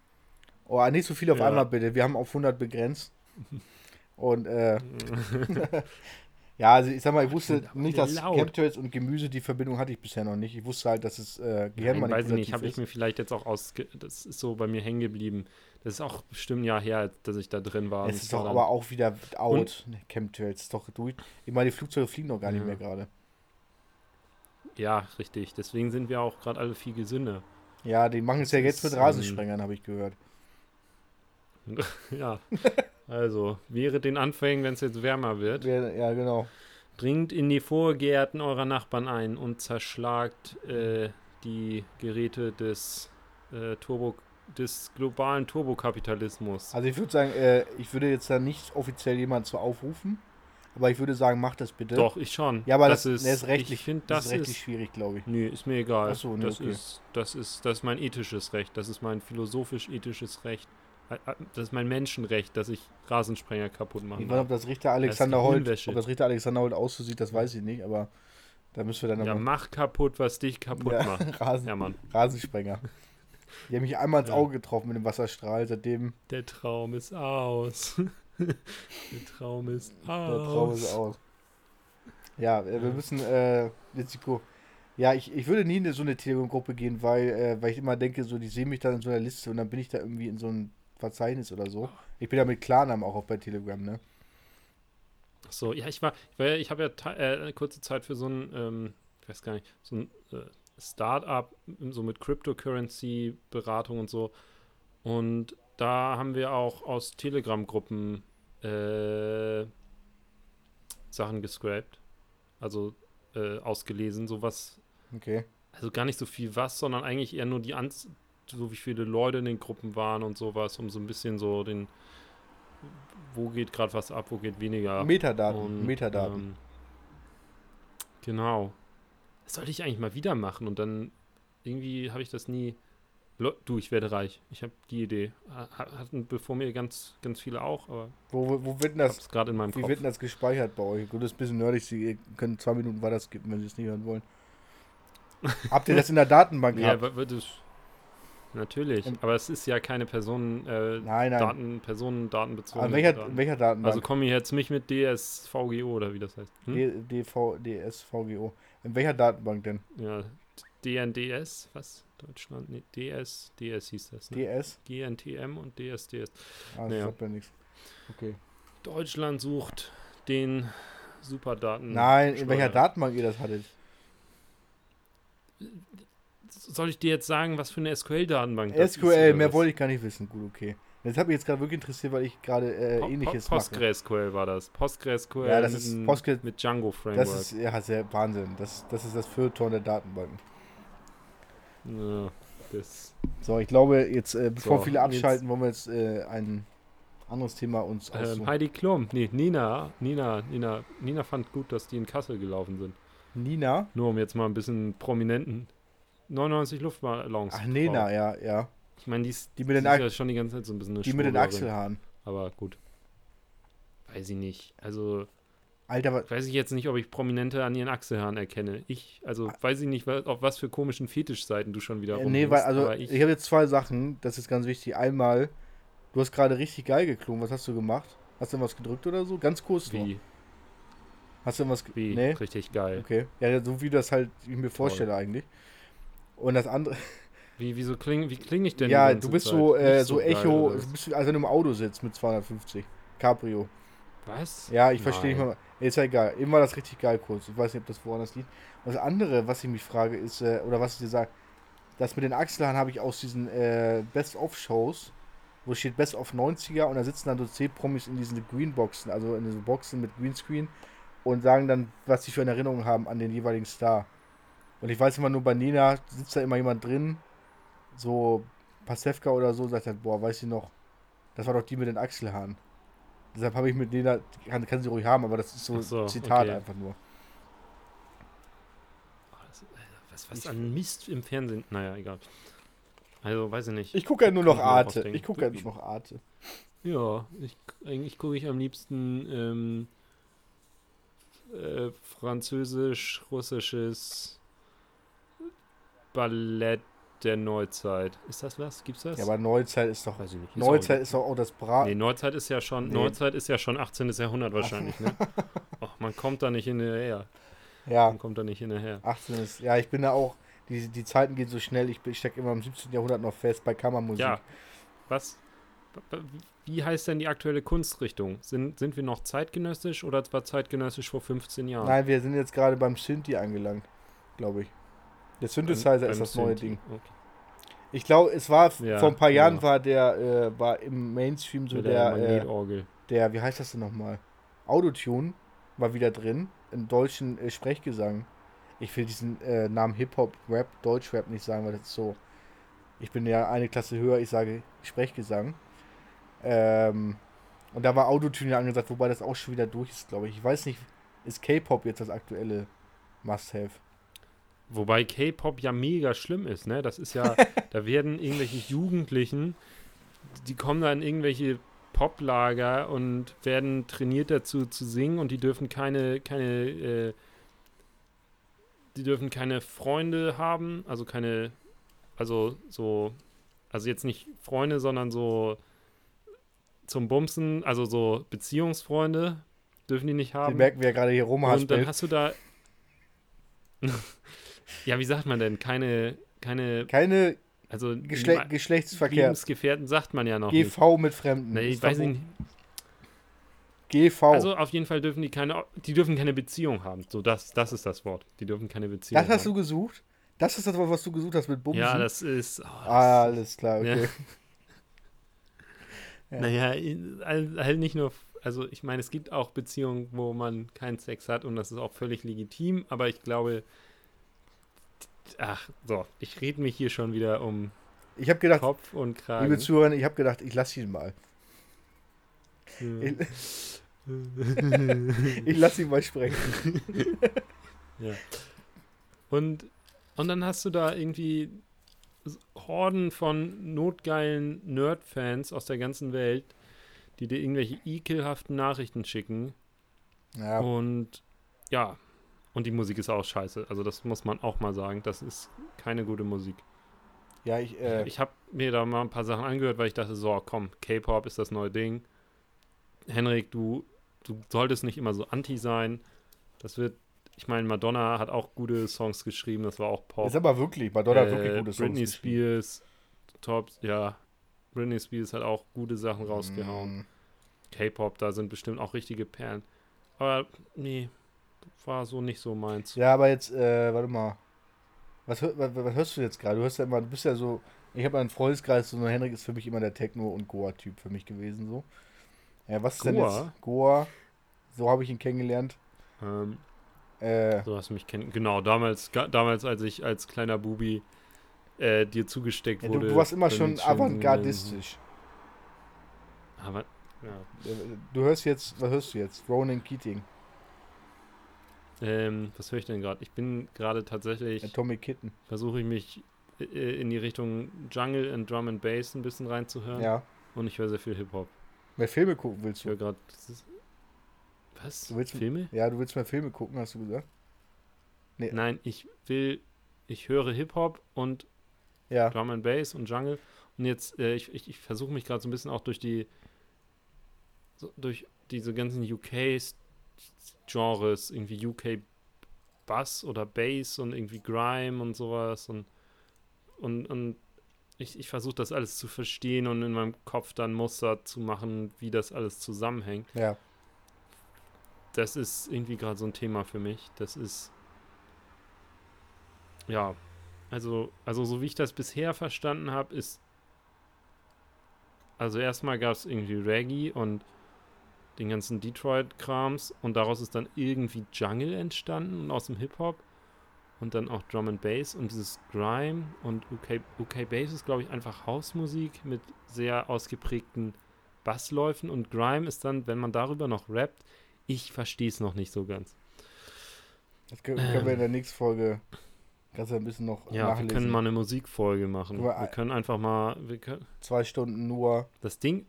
S1: Oh, nicht so viel auf
S2: Ja.
S1: einmal bitte. Wir haben auf 100 begrenzt. Und äh,
S2: Ab,
S1: ja, also ich sag mal, ich wusste
S2: sind
S1: nicht,
S2: auch
S1: dass
S2: laut.
S1: Chemtrails und Gemüse die Verbindung hatte ich bisher noch nicht. Ich wusste halt, dass es äh,
S2: ne? Nein, weiß ich nicht,
S1: gehirnmanipulativ
S2: habe ich
S1: ist.
S2: mir vielleicht jetzt auch aus, das ist so bei mir hängen geblieben. Das ist auch bestimmt ein Jahr her, dass ich da drin war.
S1: Es
S2: Das
S1: ist
S2: war
S1: doch
S2: dann-
S1: aber auch wieder out. Ne, Chemtrails ist doch durch. Ich meine, die Flugzeuge fliegen doch gar nicht
S2: Ja.
S1: mehr gerade.
S2: Ja, richtig. Deswegen sind wir auch gerade alle viel gesünder.
S1: Ja, die machen es ja
S2: Das
S1: jetzt
S2: ist,
S1: mit
S2: ähm,
S1: Rasensprengern, habe ich gehört.
S2: Ja. Also, wäre den Anfängen, wenn es jetzt wärmer wird.
S1: Wer- Ja, genau.
S2: Dringt in die Vorgärten eurer Nachbarn ein und zerschlagt äh, die Geräte des, äh, Turbo, des globalen Turbokapitalismus.
S1: Also ich würde sagen, äh, ich würde jetzt da nicht offiziell jemanden zu aufrufen, aber ich würde sagen, macht das bitte.
S2: Doch, ich schon.
S1: Ja, aber das, ne, ist
S2: Ich
S1: rechtlich,
S2: finde,
S1: das
S2: das
S1: ist
S2: ist.
S1: rechtlich schwierig, glaube ich.
S2: Nö, ist mir egal.
S1: Ach so, nee,
S2: das,
S1: okay.
S2: ist, das, ist, das ist mein ethisches Recht. Das ist mein philosophisch-ethisches Recht. Äh, äh, Das ist mein Menschenrecht, dass ich Rasensprenger kaputt mache.
S1: Ich weiß, ob das Richter Alexander
S2: doch
S1: Holt,
S2: Hirnwäsche.
S1: ob das Richter Alexander Holt aussieht, das weiß ich nicht, aber da müssen wir dann
S2: Ja,
S1: nochmal.
S2: mach kaputt, was dich kaputt
S1: Ja,
S2: macht.
S1: Rasen,
S2: Ja, Mann.
S1: Rasensprenger. Die haben mich einmal ins
S2: Ja.
S1: Auge getroffen mit dem Wasserstrahl, seitdem
S2: Der Traum ist aus. Der Traum ist aus.
S1: der Traum ist aus. Ja, äh, wir
S2: Ja.
S1: müssen, äh, jetzt die Kur- Ja, ich, ich würde nie in so eine Telegram-Gruppe gehen, weil, äh, weil ich immer denke, so, die sehen mich dann in so einer Liste und dann bin ich da irgendwie in so einem Verzeichnis oder so. Ich bin ja mit Klarnamen auch auf bei Telegram, ne?
S2: Ach so, ja, ich war, ich, war ja- ich habe ja te- äh, eine kurze Zeit für so ein, ähm, ich weiß gar nicht, so ein äh, Start-up, m- so mit Cryptocurrency-Beratung und so. Und da haben wir auch aus Telegram-Gruppen äh, Sachen gescrapt. Also äh, ausgelesen, sowas.
S1: Okay.
S2: Also gar nicht so viel was, sondern eigentlich eher nur die Anz so wie viele Leute in den Gruppen waren und sowas, um so ein bisschen so den, wo geht gerade was ab, wo geht weniger.
S1: Metadaten,
S2: Und,
S1: Metadaten.
S2: ähm, genau. Das sollte ich eigentlich mal wieder machen und dann irgendwie habe ich das nie. Lo- Du, ich werde reich. Ich habe die Idee. Ha- ha- Hatten bevor mir ganz, ganz viele auch, aber
S1: wo, wo- wo wird denn
S2: ich
S1: das,
S2: es gerade in meinem
S1: wie
S2: Kopf.
S1: wird denn das gespeichert bei euch? Gut, das ist ein bisschen nerdig, Sie ihr könnt zwei Minuten weiter skippen, wenn Sie es nicht hören wollen. Habt ihr das in der Datenbank
S2: Ja,
S1: gehabt?
S2: wa- wa- das, natürlich.
S1: Und-
S2: aber es ist ja keine Personen, äh,
S1: Nein, nein.
S2: Daten, Personen, datenbezogene
S1: An welcher,
S2: Daten.
S1: in welcher Datenbank?
S2: Also komme ich jetzt nicht mit DSVGO oder wie das heißt. Hm?
S1: D- DV, DSVGO. In welcher Datenbank denn?
S2: Ja, DNDS, was? Deutschland? Nee, DS, DS hieß das, ne?
S1: DS?
S2: GNTM und DSDS.
S1: Ah, das
S2: Naja.
S1: sagt mir nichts. Okay.
S2: Deutschland sucht den Superdaten.
S1: Nein, in welcher
S2: Steuer.
S1: Datenbank ihr das hattet?
S2: Soll ich dir jetzt sagen, was für eine SQL-Datenbank
S1: SQL, mehr wollte ich gar nicht wissen. Gut, okay. Das hat mich jetzt gerade wirklich interessiert, weil ich gerade äh, ähnliches mache.
S2: PostgreSQL war das. PostgreSQL
S1: Ja, das ist
S2: mit,
S1: Postgre-
S2: mit Django Framework.
S1: Das ist ja sehr Wahnsinn. Das, das ist das Feuilleton der Datenbanken.
S2: ja, das
S1: So, ich glaube, jetzt, äh, bevor
S2: So,
S1: viele
S2: jetzt-
S1: abschalten, wollen wir jetzt äh, ein anderes Thema uns
S2: ähm,
S1: aussuchen.
S2: Heidi Klum, nee, Nina, Nina, Nina, Nina fand gut, dass die in Kassel gelaufen sind.
S1: Nina?
S2: Nur um jetzt mal ein bisschen prominenten 99 Luftballons.
S1: Ach,
S2: zu
S1: Nina,
S2: brauchen.
S1: ja, ja.
S2: Ich meine, die ist,
S1: Die mit den
S2: ist
S1: Ach-
S2: ja schon die ganze Zeit so ein bisschen eine
S1: Die mit den
S2: Schwurblerin.
S1: Achselhaaren.
S2: Aber gut. Weiß ich nicht. Also,
S1: Alter, was,
S2: weiß ich jetzt nicht, ob ich Prominente an ihren Achselhaaren erkenne. Ich, also, weiß ich nicht, wa- auf was für komischen Fetischseiten du schon wieder
S1: Ah. Äh,
S2: rumhängst.
S1: Nee, weil, also
S2: aber
S1: ich,
S2: ich,
S1: habe jetzt zwei Sachen, das ist ganz wichtig. Einmal, du hast gerade richtig geil geklungen, was hast du gemacht? Hast du was gedrückt oder so? Ganz kurz nur.
S2: wie,
S1: Hast du was
S2: wie,
S1: Nee?
S2: richtig geil.
S1: Okay. Ja, so wie das halt ich mir vorstelle eigentlich. Und das andere,
S2: Wie, wieso kling, wie klinge ich denn die
S1: ja,
S2: ganze
S1: du bist
S2: Zeit?
S1: so, äh,
S2: Nicht
S1: so,
S2: geil,
S1: Echo,
S2: oder was?
S1: bist, du- also als wenn du im Auto sitzt mit 250. Cabrio.
S2: Was?
S1: Ja, ich verstehe nicht
S2: Nein.
S1: mal. Ist ja egal. Immer das richtig geil kurz. Ich weiß nicht, ob das woanders liegt. Und das andere, was ich mich frage, ist, äh, oder was ich dir sage, das mit den Achselhaaren habe ich aus diesen äh, Best-of-Shows, wo steht Best-of 90er und da sitzen dann so C-Promis in diesen Greenboxen, also in diesen Boxen mit Greenscreen und sagen dann, was sie für eine Erinnerung haben an den jeweiligen Star. Und ich weiß immer nur, bei Nina sitzt da immer jemand drin, so Pasewka oder so, sagt dann, boah, weiß ich noch, das war doch die mit den Achselhaaren. Deshalb habe ich mit Nina, kann, kann sie ruhig haben, aber das ist so,
S2: Ach so,
S1: Zitat
S2: okay.
S1: einfach nur.
S2: Was, äh, was, was an Mist im Fernsehen? Naja, egal. Also, weiß ich nicht.
S1: Ich gucke ja nur noch
S2: Kann ich mir auch
S1: Arte.
S2: ausdenken.
S1: Ich gucke ja nur noch Arte.
S2: Ja, ich, eigentlich gucke ich am liebsten ähm, äh, französisch, russisches Ballett der Neuzeit. Ist das was? Gibt's das?
S1: Ja, aber Neuzeit ist doch.
S2: Weiß ich nicht.
S1: Neuzeit
S2: ist
S1: ist doch auch das
S2: auch
S1: Bra.
S2: Nee, Neuzeit ist ja schon
S1: Nee.
S2: Neuzeit ist ja schon 18. Jahrhundert wahrscheinlich, ne? Och, man kommt da nicht hinterher.
S1: ja,
S2: Man kommt da nicht hinterher.
S1: 18 ist. Ja, ich bin da auch. Die, die Zeiten gehen so schnell. Ich, bin- ich stecke immer im 17. Jahrhundert noch fest bei Kammermusik.
S2: Ja. Was wie heißt denn die aktuelle Kunstrichtung? Sind, sind wir noch zeitgenössisch oder war zeitgenössisch vor 15 Jahren?
S1: Nein, wir sind jetzt gerade beim Synthi angelangt, glaube ich. Der Synthesizer
S2: Beim-
S1: ist
S2: beim
S1: das neue
S2: Synthi.
S1: Ding.
S2: Okay.
S1: Ich glaube, es war
S2: Ja,
S1: vor ein paar Jahren
S2: ja.
S1: war der äh, war im Mainstream so
S2: Mit
S1: der
S2: der
S1: äh,
S2: Magnetorgel.
S1: der wie heißt das denn nochmal? Autotune war wieder drin im deutschen äh, Sprechgesang. Ich will diesen äh, Namen Hip Hop Rap Deutschrap nicht sagen, weil das ist so. Ich bin ja eine Klasse höher. Ich sage Sprechgesang. Ähm, und da war Autotune ja angesagt, wobei das auch schon wieder durch ist, glaube ich. Ich weiß nicht, ist K-Pop jetzt das aktuelle Must-Have?
S2: Wobei K-Pop ja mega schlimm ist, ne? Das ist ja, da werden irgendwelche Jugendlichen, die kommen da in irgendwelche Poplager und werden trainiert dazu zu singen und die dürfen keine, keine, äh, die dürfen keine Freunde haben, also keine, also so, also jetzt nicht Freunde, sondern so zum Bumsen, also so Beziehungsfreunde dürfen die nicht
S1: Den
S2: haben.
S1: merken wir ja gerade hier
S2: Ähm, Und dann
S1: rumhaspelt.
S2: hast du da. ja, wie sagt man denn? Keine. Keine.
S1: Keine
S2: Also
S1: Geschle
S2: Ma-
S1: Geschlechtsverkehr.
S2: Lebensgefährten sagt man ja noch nicht.
S1: GV mit Fremden.
S2: Nee, ich
S1: Ist
S2: weiß
S1: verboten.
S2: nicht.
S1: GV.
S2: Also auf jeden Fall dürfen die keine, die dürfen keine Beziehung haben. So, das, das ist das Wort. Die dürfen keine Beziehung
S1: das hast du
S2: haben.
S1: gesucht? Das ist das, Wort, was du gesucht hast mit Bumsen?
S2: ja, das ist. Oh, das
S1: Ah, alles klar,
S2: Ja.
S1: okay. Ja.
S2: Naja, in- al- halt nicht nur, also ich meine, es gibt auch Beziehungen, wo man keinen Sex hat und das ist auch völlig legitim, aber ich glaube, ach, so, ich rede mich hier schon wieder um
S1: Ich habe gedacht,
S2: Kopf und
S1: liebe
S2: Kragen.
S1: Zuhörer, ich habe gedacht, ich lasse ihn mal.
S2: Hm.
S1: Ich, ich lasse ihn mal sprechen.
S2: Und, und dann hast du da irgendwie s- Horden von notgeilen Nerd-Fans aus der ganzen Welt, die dir irgendwelche ekelhaften Nachrichten schicken.
S1: Ja,
S2: Und ja, und die Musik ist auch scheiße. Also das muss man auch mal sagen. Das ist keine gute Musik.
S1: ja ich, äh,
S2: Ich habe mir da mal ein paar Sachen angehört, weil ich dachte, so, oh, komm, K-Pop ist das neue Ding. Henrik, du, du solltest nicht immer so anti sein. Das wird, ich meine, Madonna hat auch gute Songs geschrieben, das war auch Pop.
S1: ist aber wirklich, Madonna hat
S2: Äh,
S1: wirklich gute Songs.
S2: Britney
S1: geschrieben.
S2: Spears, Tops, ja. Britney Spears hat auch gute Sachen rausgehauen.
S1: Mm,
S2: K-Pop, da sind bestimmt auch richtige Perlen. Aber nee, war so nicht so meins.
S1: Ja, aber jetzt, äh, warte mal. Was, hör- wa- wa- was hörst du jetzt gerade? Du hörst ja immer, du bist ja so, ich habe einen Freundeskreis, so Henrik ist für mich immer der Techno- und Goa-Typ für mich gewesen, so. Ja, was ist denn
S2: Goa?
S1: jetzt Goa? So habe ich ihn kennengelernt.
S2: Ähm,
S1: Äh,
S2: so hast du mich kennen. Genau, damals, ga- damals, als ich als kleiner Bubi äh, dir zugesteckt
S1: ja, du,
S2: wurde.
S1: du warst immer
S2: bin
S1: schon
S2: ich
S1: avantgardistisch.
S2: Aber, ja.
S1: Äh, Du hörst jetzt, was hörst du jetzt? Ronan Keating,
S2: Ähm, was höre ich denn gerade? Ich bin gerade tatsächlich.
S1: Atomic Kitten.
S2: versuche ich mich äh, in die Richtung Jungle and Drum and Bass ein bisschen reinzuhören.
S1: Ja.
S2: Und ich höre sehr viel Hip-Hop.
S1: Mehr Filme gucken willst
S2: Ich
S1: du?
S2: höre gerade. das ist- Was?
S1: Du willst-
S2: Filme?
S1: Ja, du willst mehr Filme gucken, hast du gesagt? Ja.
S2: Nein, ich will. Ich höre Hip-Hop und
S1: Ja.
S2: Drum and Bass und Jungle. Und jetzt, äh, ich, ich, ich versuche mich gerade so ein bisschen auch durch die. So, durch diese ganzen UK-Genres, irgendwie UK Bass oder Bass und irgendwie Grime und sowas. Und, und, und ich, ich versuche das alles zu verstehen und in meinem Kopf dann Muster zu machen, wie das alles zusammenhängt.
S1: Ja.
S2: Das ist irgendwie gerade so ein Thema für mich. Das ist. Ja. Also, also so wie ich das bisher verstanden habe, ist. Also erstmal gab es irgendwie Reggae und den ganzen Detroit-Krams und daraus ist dann irgendwie Jungle entstanden und aus dem Hip-Hop und dann auch Drum and Bass und dieses Grime und UK, UK Bass ist, glaube ich, einfach Hausmusik mit sehr ausgeprägten Bassläufen und Grime ist dann, wenn man darüber noch rappt, ich verstehe es noch nicht so ganz.
S1: Das können, können wir in der nächsten Folge kannst du ein bisschen noch
S2: Ja, wir
S1: nachlesen.
S2: können mal eine Musikfolge machen.
S1: Guck mal,
S2: Wir
S1: äh,
S2: können einfach mal, wir können,
S1: Zwei Stunden nur
S2: das Ding,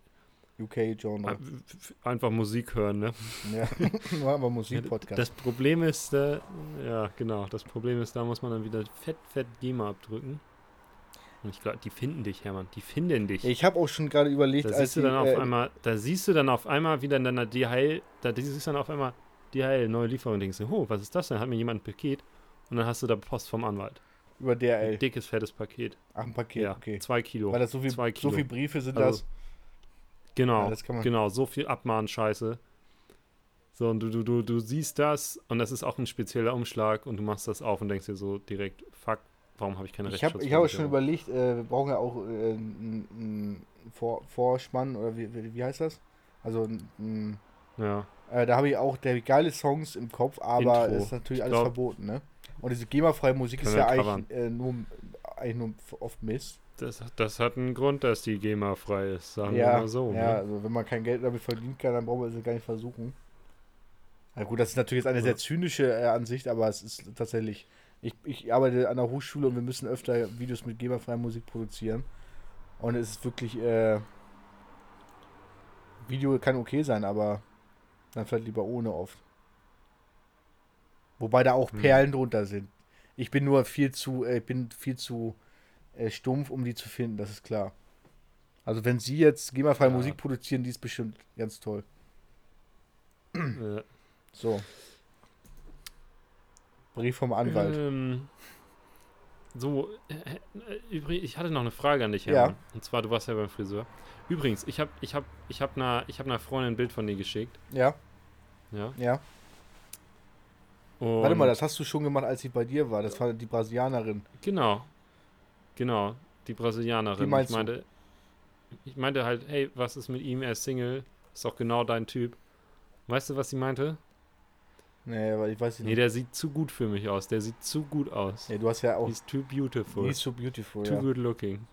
S1: UK-Genre.
S2: äh, f- f- einfach Musik hören, ne?
S1: Ja, nur aber
S2: Ja,
S1: Musikpodcast.
S2: Das Problem ist, äh, ja, genau, das Problem ist, da muss man dann wieder fett, fett GEMA abdrücken. Und ich glaube, die finden dich, Hermann, die finden dich.
S1: Ja, ich habe auch schon gerade überlegt,
S2: da
S1: als
S2: siehst du
S1: die,
S2: dann auf
S1: äh,
S2: einmal, da siehst du dann auf einmal wieder in deiner DHL, da siehst du dann auf einmal DHL, neue Lieferung, und denkst du, oh, was ist das denn? Hat mir jemand ein Paket? Und dann hast du da Post vom Anwalt.
S1: über
S2: Ein
S1: DRL.
S2: dickes, fettes Paket.
S1: Ach, ein Paket,
S2: ja,
S1: okay.
S2: zwei Kilo.
S1: Weil das so viel,
S2: zwei
S1: so
S2: Kilo.
S1: viel Briefe sind
S2: Also, Genau,
S1: Ja, das kann man-
S2: genau, so viel Abmahnscheiße. So, und du, du, du, du siehst das und das ist auch ein spezieller Umschlag und du machst das auf und denkst dir so direkt, fuck, warum habe ich keine
S1: das. Ich habe ich hab auch schon überlegt,
S2: Rechtsschutzversicherung?
S1: äh, wir brauchen ja auch äh, einen einen Vor Vorspann oder wie, wie, wie heißt das? Also, ein- ein-
S2: Ja,
S1: äh, da habe ich auch da hab ich geile Songs im Kopf, aber
S2: Intro.
S1: ist natürlich
S2: Ich
S1: alles
S2: glaub-
S1: verboten, ne? Und diese GEMA-freie Musik ist
S2: Können
S1: ja
S2: wir
S1: eigentlich, äh, nur, eigentlich nur oft Mist.
S2: das, das hat einen Grund, dass die GEMA frei ist, sagen wir
S1: Ja,
S2: mal
S1: ja
S2: so. Ne?
S1: also wenn man kein Geld damit verdienen kann, dann braucht man es gar nicht versuchen. Na gut, das ist natürlich jetzt eine
S2: Ja.
S1: sehr zynische äh, Ansicht, aber es ist tatsächlich. Ich, ich arbeite an der Hochschule und wir müssen öfter Videos mit geberfreier Musik produzieren. Und es ist wirklich. Äh, Video kann okay sein, aber dann vielleicht lieber ohne oft. Wobei da auch
S2: Hm.
S1: Perlen drunter sind. Ich bin nur viel zu, äh, ich bin viel zu äh, stumpf, um die zu finden, das ist klar. Also wenn sie jetzt GEMA-freie
S2: Ja.
S1: Musik produzieren, die ist bestimmt ganz toll.
S2: Äh,
S1: So. Brief vom Anwalt.
S2: Ähm, So, äh, äh, übrigens, ich hatte noch eine Frage an dich,
S1: Ja.
S2: Hermann. Und zwar, du warst ja beim Friseur. Übrigens, ich habe ich hab, ich hab einer, ich hab einer Freundin ein Bild von dir geschickt.
S1: Ja,
S2: Ja.
S1: ja.
S2: Und
S1: Warte mal, das hast du schon gemacht, als sie bei dir war. Das war die Brasilianerin.
S2: Genau. Genau. Die Brasilianerin.
S1: Die meinst
S2: ich
S1: du?
S2: meinte, ich meinte halt, hey, was ist mit ihm? Er ist Single. Ist doch genau dein Typ. Weißt du, was sie meinte?
S1: Nee, aber ich weiß sie
S2: Nee,
S1: nicht.
S2: der sieht zu gut für mich aus. Der sieht zu gut aus.
S1: Nee, du hast ja auch.
S2: He's too beautiful.
S1: He's so beautiful,
S2: too
S1: ja.
S2: good looking,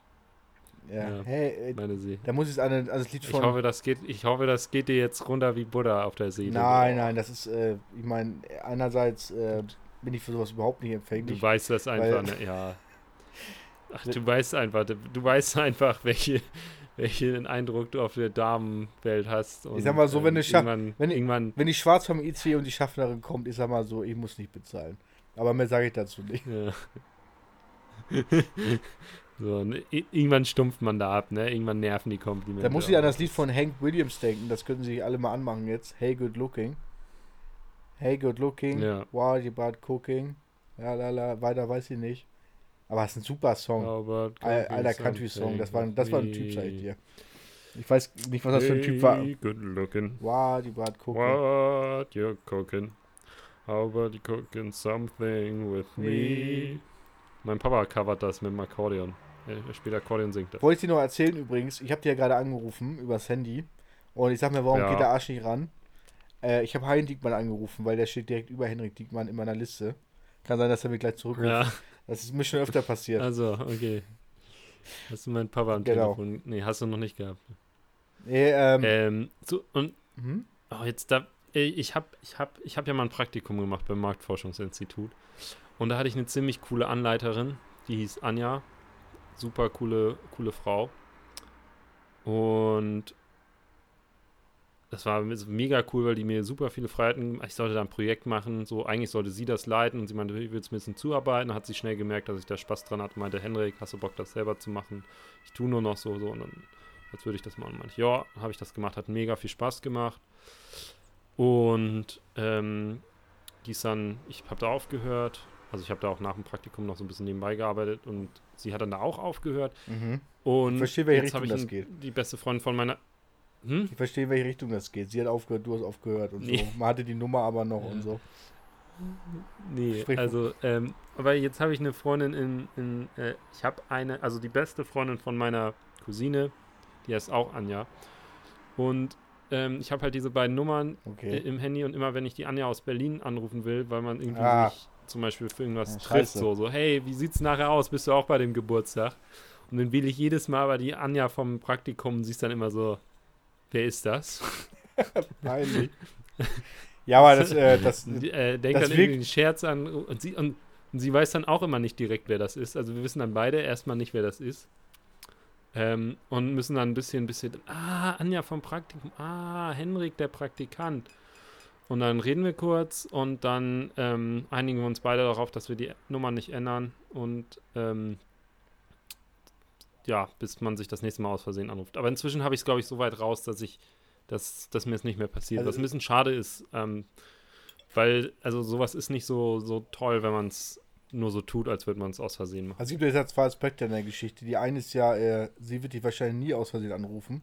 S1: ja.
S2: ja.
S1: Hey, äh,
S2: meine sie.
S1: da muss ich an, an das Lied
S2: Ich
S1: von.
S2: hoffe, das geht, ich hoffe, das geht dir jetzt runter wie Buddha auf der See.
S1: nein, nein, das ist, äh, ich meine, einerseits äh, bin ich für sowas überhaupt nicht
S2: Du
S1: empfänglich.
S2: weißt das einfach, ne? ja. Ach, du weißt einfach, du, du weißt einfach, welche, welchen Eindruck du auf der Damenwelt hast. Und,
S1: sag mal so, wenn du
S2: ähm,
S1: scha-
S2: irgendwann,
S1: wenn ich-
S2: irgendwann,
S1: Wenn ich schwarz vom IC und die Schaffnerin kommt, ich sag mal so, ich muss nicht bezahlen. Aber mehr sage ich dazu nicht.
S2: ja. so, ne, i- irgendwann stumpft man da ab, ne? Irgendwann nerven die Komplimente.
S1: Da muss ich
S2: auch.
S1: an das Lied von Hank Williams denken, das könnten sich alle mal anmachen jetzt. Hey, good looking. Hey, good looking.
S2: Ja.
S1: Wow, you bad cooking. Ja, la, la, weiter weiß ich nicht. Aber es ist ein super Song.
S2: Aber
S1: Al- Alter Country-Song, das war, das war ein Typ, sag ich dir. Ich weiß nicht, was das für ein Typ war.
S2: Hey, Good looking.
S1: Wow, die Bart gucken.
S2: What you cooking? How about you cooking something with me? Mein Papa covert das mit dem Akkordeon. Er er spielt Akkordeon, singt das.
S1: Wollte ich dir noch erzählen übrigens, ich habe dir ja gerade angerufen übers Handy und ich sag mir, warum
S2: Ja.
S1: geht der Arsch nicht ran? Äh, ich habe Hein Diekmann angerufen, weil der steht direkt über Henrik Diekmann in meiner Liste. Kann sein, dass er mir gleich zurückruft.
S2: Ja,
S1: Das ist mir schon öfter passiert.
S2: also, okay. Hast du meinen Papa am
S1: Genau.
S2: Telefon? Nee, hast du noch nicht gehabt.
S1: Nee, ähm,
S2: Ähm, so, und
S1: hm?
S2: oh, jetzt da, ey, ich habe ich hab, ich hab ja mal ein Praktikum gemacht beim Marktforschungsinstitut. Und da hatte ich eine ziemlich coole Anleiterin, die hieß Anja. Super coole, coole Frau. Und das war me- mega cool, weil die mir super viele Freiheiten, ich sollte da ein Projekt machen, so eigentlich sollte sie das leiten und sie meinte, ich will es ein bisschen zuarbeiten, hat sie schnell gemerkt, dass ich da Spaß dran hatte, meinte, Henrik, hast du Bock, das selber zu machen? Ich tue nur noch so, so und dann, als würde ich das machen. Meinte, ich, ja, habe ich das gemacht, hat mega viel Spaß gemacht. Und ähm, die ist dann, ich habe da aufgehört, also ich habe da auch nach dem Praktikum noch so ein bisschen nebenbei gearbeitet und sie hat dann da auch aufgehört
S1: Mhm.
S2: und
S1: Ich verstehe, welche
S2: jetzt habe ich
S1: Richtung das
S2: einen-
S1: geht.
S2: die beste Freundin von meiner, hm?
S1: Ich verstehe, in welche Richtung das geht. Sie hat aufgehört, du hast aufgehört und so.
S2: Nee.
S1: Man hatte die Nummer aber noch
S2: Ja.
S1: und so.
S2: Nee,
S1: Sprich-
S2: also, ähm, aber jetzt habe ich eine Freundin in, in äh, ich habe eine, also die beste Freundin von meiner Cousine, die heißt auch Anja. Und ähm, ich habe halt diese beiden Nummern
S1: Okay.
S2: äh, im Handy und immer, wenn ich die Anja aus Berlin anrufen will, weil man irgendwie
S1: Ah.
S2: sich zum Beispiel für irgendwas
S1: Ja,
S2: trifft,
S1: scheiße.
S2: so, so, hey, wie sieht's nachher aus? Bist du auch bei dem Geburtstag? Und dann wähle ich jedes Mal aber die Anja vom Praktikum und sie ist dann immer so, wer ist das?
S1: Peinlich. ja, aber das, äh, das,
S2: Und die, äh, denkt
S1: das
S2: dann irgendwie
S1: wirkt-
S2: einen Scherz an und sie, und, und sie weiß dann auch immer nicht direkt, wer das ist. Also wir wissen dann beide erstmal nicht, wer das ist. Ähm, und müssen dann ein bisschen, ein bisschen, ah, Anja vom Praktikum, ah, Henrik, der Praktikant. Und dann reden wir kurz und dann ähm, einigen wir uns beide darauf, dass wir die Nummer nicht ändern und ähm, ja, bis man sich das nächste Mal aus Versehen anruft. Aber inzwischen habe ich es, glaube ich, so weit raus, dass ich, dass, dass mir es nicht mehr passiert,
S1: Also-
S2: was ein bisschen schade ist, ähm, weil, also sowas ist nicht so, so toll, wenn man es nur so tut, als würde man es aus Versehen machen.
S1: Also es gibt ja zwei Aspekte in der Geschichte. Die eine ist ja, äh, sie wird dich wahrscheinlich nie aus Versehen anrufen.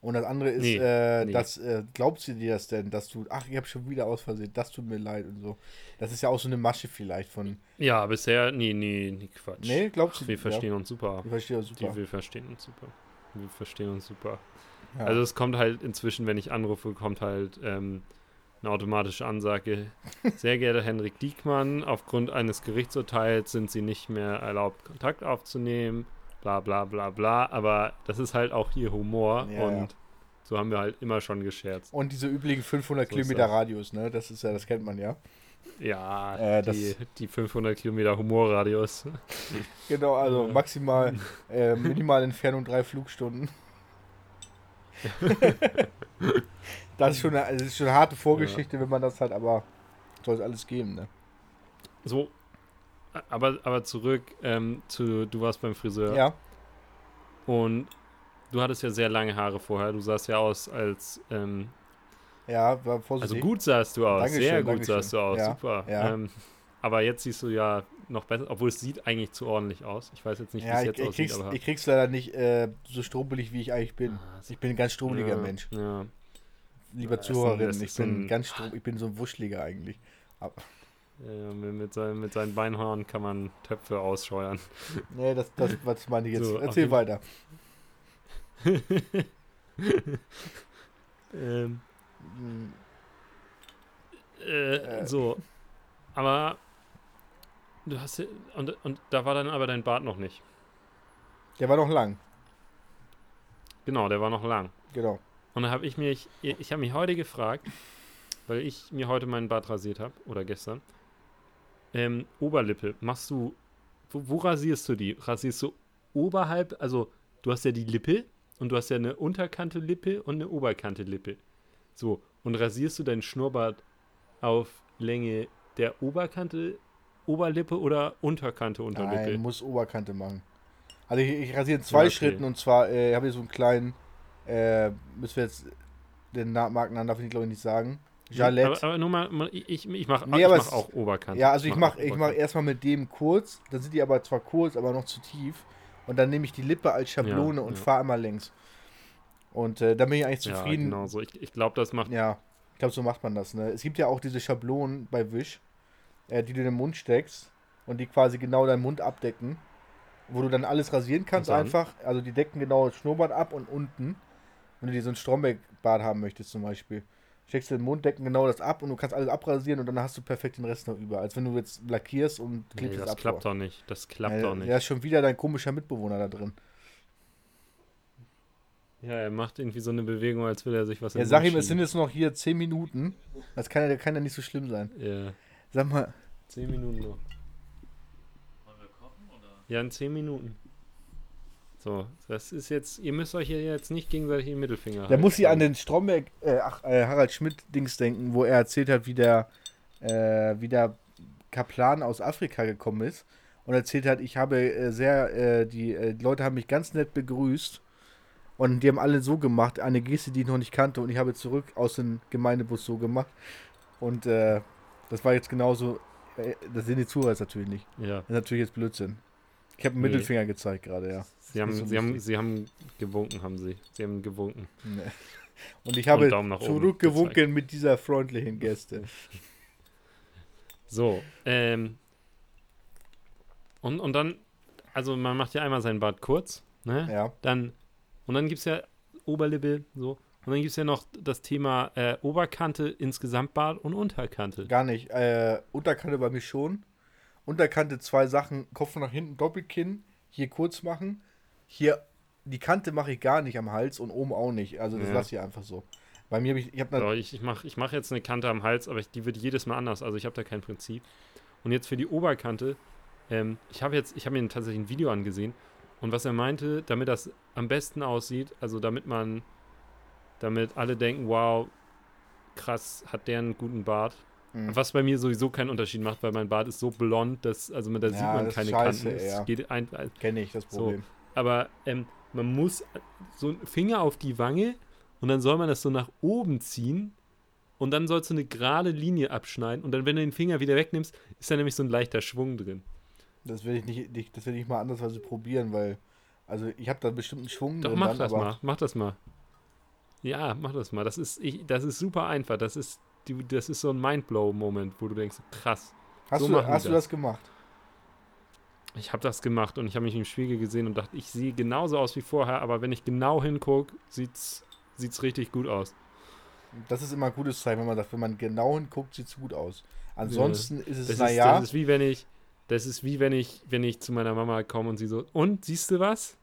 S1: Und das andere ist,
S2: Nee,
S1: äh,
S2: nee.
S1: dass, äh, glaubt sie dir das denn, dass du, ach, ich habe schon wieder aus Versehen, das tut mir leid und so. Das ist ja auch so eine Masche vielleicht von,
S2: Ja, bisher, nee, nee, nee, Quatsch.
S1: nee, glaubst du
S2: wir verstehen uns super.
S1: Ja, ich verstehe, super.
S2: Die, wir verstehen uns super. Wir verstehen uns super.
S1: ja.
S2: Also es kommt halt inzwischen, wenn ich anrufe, kommt halt ähm, eine automatische Ansage. Sehr geehrter Henrik Diekmann, aufgrund eines Gerichtsurteils sind Sie nicht mehr erlaubt, Kontakt aufzunehmen. Bla bla bla bla. Aber das ist halt auch hier Humor
S1: Ja, ja.
S2: und so haben wir halt immer schon gescherzt.
S1: und diese üblichen 500
S2: So ist
S1: Kilometer
S2: das.
S1: Radius, ne, das ist ja, das kennt man ja.
S2: Ja,
S1: Äh, das-
S2: die, die 500 Kilometer Humorradius.
S1: Genau, also
S2: Ja.
S1: maximal, äh, minimal Entfernung drei Flugstunden. das ist schon eine, also es ist schon eine harte Vorgeschichte, wenn man das hat, aber soll es alles geben, ne?
S2: So, aber, aber zurück ähm, zu, du warst beim Friseur.
S1: Ja.
S2: Und du hattest ja sehr lange Haare vorher. Du sahst ja aus als, ähm,
S1: Ja, war vorsichtig.
S2: also gut sahst du aus,
S1: Dankeschön,
S2: sehr gut
S1: Dankeschön.
S2: sahst du aus,
S1: Ja,
S2: super.
S1: ja.
S2: Ähm, aber jetzt siehst du ja noch besser, obwohl es sieht eigentlich zu ordentlich aus. Ich weiß jetzt nicht, wie
S1: Ja,
S2: es
S1: ich,
S2: jetzt
S1: ich,
S2: aussieht,
S1: krieg's,
S2: aber.
S1: ich krieg's leider nicht äh, so strumpelig, wie ich eigentlich bin.
S2: Ah, es-
S1: Ich bin ein ganz strumpeliger
S2: ja,
S1: Mensch.
S2: Ja.
S1: Lieber
S2: das ist ein-
S1: Zuhörerin,
S2: das
S1: ich
S2: ist so
S1: bin
S2: ein-
S1: ganz strumpelig, ich bin so ein Wuscheliger eigentlich.
S2: Ja, mit, mit, seinen, mit seinen Beinhorn kann man Töpfe ausscheuern.
S1: Nee, das, das was meine ich jetzt.
S2: So, auf
S1: Erzähl
S2: jeden-
S1: weiter.
S2: ähm,
S1: Hm,
S2: äh,
S1: Äh.
S2: So. Aber du hast ja- und, und da war dann aber dein Bart noch nicht.
S1: Der war noch lang,
S2: Genau, der war noch lang.
S1: genau.
S2: Und da habe ich mich, ich habe mich heute gefragt, weil ich mir heute meinen Bart rasiert habe, oder gestern, ähm, Oberlippe, machst du, wo, wo rasierst du die? Rasierst du oberhalb, also du hast ja die Lippe und du hast ja eine unterkante Lippe und eine oberkante Lippe. So, und rasierst du deinen Schnurrbart auf Länge der Oberkante, Oberlippe oder Unterkante, Unterlippe?
S1: Nein, muss Oberkante machen. Also ich, ich rasiere in zwei
S2: Ja, okay.
S1: Schritten und zwar äh, habe ich so einen kleinen, äh, müssen wir jetzt den Na Markennamen darf ich nicht, glaube ich nicht sagen.
S2: Aber,
S1: Jalette.
S2: aber nur mal, mal- ich, ich mache
S1: Nee,
S2: ich
S1: aber
S2: mach
S1: es-
S2: auch Oberkante.
S1: Ja, also ich
S2: mach auch
S1: mache ich mach
S2: Oberkante.
S1: erstmal mit dem kurz, dann sind die aber zwar kurz, aber noch zu tief. Und dann nehme ich die Lippe als Schablone
S2: Ja,
S1: und
S2: ja.
S1: fahre einmal längs. Und äh, dann bin ich eigentlich
S2: Ja,
S1: zufrieden.
S2: genau so. Ich, ich glaube, das macht
S1: Ja, ich glaube, so macht man das. Ne? Es gibt ja auch diese Schablonen bei Wish, äh, die du in den Mund steckst und die quasi genau deinen Mund abdecken, wo du dann alles rasieren kannst
S2: Und dann?
S1: einfach. Also die decken genau das Schnurrbart ab und unten, wenn du dir so ein Strombeck-Bart haben möchtest zum Beispiel. Steckst du den Mund, decken genau das ab und du kannst alles abrasieren und dann hast du perfekt den Rest noch über. Als wenn du jetzt lackierst und
S2: Nee,
S1: klebst es
S2: das
S1: ab.
S2: klappt doch nicht. Das klappt
S1: Äh,
S2: doch nicht.
S1: Ja, ist schon wieder dein komischer Mitbewohner da drin.
S2: Ja, er macht irgendwie so eine Bewegung, als würde er sich was in
S1: Ja,
S2: den
S1: sag
S2: Mund
S1: ihm, es sind
S2: schieben.
S1: jetzt noch hier 10 Minuten. Das kann ja, kann ja nicht so schlimm sein.
S2: Ja,
S1: Sag mal,
S2: zehn Minuten noch.
S3: Wollen wir kochen oder?
S2: Ja, in zehn Minuten. So, das ist jetzt, ihr müsst euch hier jetzt nicht gegenseitig den Mittelfinger
S1: Da muss ich an
S2: halten.
S1: den Stromberg, äh, ach, äh, Harald Schmidt-Dings denken, wo er erzählt hat, wie der, äh, wie der Kaplan aus Afrika gekommen ist. Und erzählt hat, ich habe äh, sehr, äh, die äh, die Leute haben mich ganz nett begrüßt. Und die haben alle so gemacht, eine Geste, die ich noch nicht kannte. Und ich habe zurück aus dem Gemeindebus so gemacht. Und äh, das war jetzt genauso, äh, das sind die Zuhörer jetzt natürlich nicht.
S2: Ja,
S1: Das ist natürlich jetzt Blödsinn. Ich habe einen
S2: Nee.
S1: Mittelfinger gezeigt gerade, ja.
S2: sie haben,
S1: nicht so
S2: sie, haben,
S1: lustig.
S2: sie haben gewunken, haben sie. Sie haben gewunken.
S1: Nee. Und ich habe
S2: Und Daumen nach oben
S1: zurückgewunken mit dieser freundlichen Geste.
S2: So, ähm. Und, und dann, also man macht ja einmal seinen Bart kurz, ne?
S1: Ja.
S2: Dann, und dann gibt es ja Oberlippe, so. Und dann gibt es ja noch das Thema äh, Oberkante, Insgesamtbart und Unterkante.
S1: Gar nicht. Äh, Unterkante bei mir schon. Unterkante zwei Sachen. Kopf nach hinten, Doppelkinn. Hier kurz machen. Hier, die Kante mache ich gar nicht am Hals und oben auch nicht. Also das
S2: Ja.
S1: lasse ich einfach so. Bei mir habe ich, ich habe
S2: So,
S1: eine,
S2: ich ich mache ich mach jetzt eine Kante am Hals, aber ich, die wird jedes Mal anders. Also ich habe da kein Prinzip. Und jetzt für die Oberkante, ähm, ich habe jetzt, ich habe mir tatsächlich ein Video angesehen. Und was er meinte, damit das am besten aussieht, also damit man, damit alle denken, wow, krass, hat der einen guten Bart.
S1: Mhm.
S2: Was bei mir sowieso keinen Unterschied macht, weil mein Bart ist so blond, dass, also da sieht
S1: Ja,
S2: man
S1: das ist
S2: keine
S1: scheiße,
S2: Kanten. Es
S1: ja.
S2: geht ein, ein,
S1: kenne ich das
S2: So.
S1: Problem.
S2: aber ähm, man muss so einen Finger auf die Wange und dann soll man das so nach oben ziehen und dann sollst du eine gerade Linie abschneiden und dann, wenn du den Finger wieder wegnimmst, ist da nämlich so ein leichter Schwung drin.
S1: Das will ich nicht, nicht das will ich mal andersweise probieren, weil also ich habe da bestimmt einen Schwung
S2: Doch,
S1: drin
S2: mach
S1: dann,
S2: das
S1: aber
S2: mal, mach das mal. Ja, mach das mal. Das ist, ich, das ist super einfach. Das ist, die, das ist so ein Mindblow-Moment, wo du denkst, krass.
S1: hast
S2: so
S1: du
S2: machen die
S1: hast du
S2: das.
S1: das gemacht?
S2: Ich habe das gemacht und ich habe mich im Spiegel gesehen und dachte, ich sehe genauso aus wie vorher, aber wenn ich genau hingucke, sieht's, sieht's richtig gut aus.
S1: Das ist immer ein gutes Zeichen, wenn man sagt, wenn man genau hinguckt, sieht es gut aus. Ansonsten ist es,
S2: Das, ist,
S1: naja,
S2: das ist wie wenn ich, das ist wie wenn ich, wenn ich zu meiner Mama komme und sie so, und siehst du was?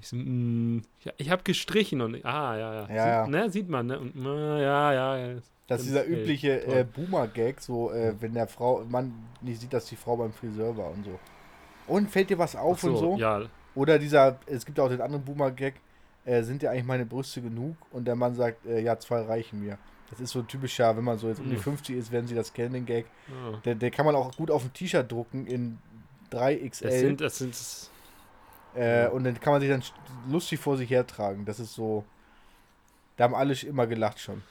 S2: Ich so, mm, ja, ich habe gestrichen und ah ja ja,
S1: Ja,
S2: sieht, Ne, sieht man ne und, "Ah, ja ja ja
S1: das ist dieser
S2: stimmt, ey,
S1: übliche
S2: toll.
S1: äh, Boomer-Gag, so äh, wenn der Frau, Mann nicht sieht, dass die Frau beim Friseur war und so. Und fällt dir was
S2: Ach
S1: auf und so?
S2: ja
S1: Oder dieser, es gibt auch den anderen Boomer-Gag, äh, sind dir eigentlich meine Brüste genug? Und der Mann sagt, äh, ja, zwei reichen mir. Das ist so ein typischer, wenn man so jetzt um die
S2: Mhm.
S1: 50 ist, werden sie das kennen, den Gag.
S2: Ah.
S1: Der, der kann man auch gut auf ein T-Shirt drucken in 3XL.
S2: das sind das sind
S1: Äh, und dann kann man sich dann st- lustig vor sich hertragen. Das ist so. Da haben alle sch- immer gelacht schon.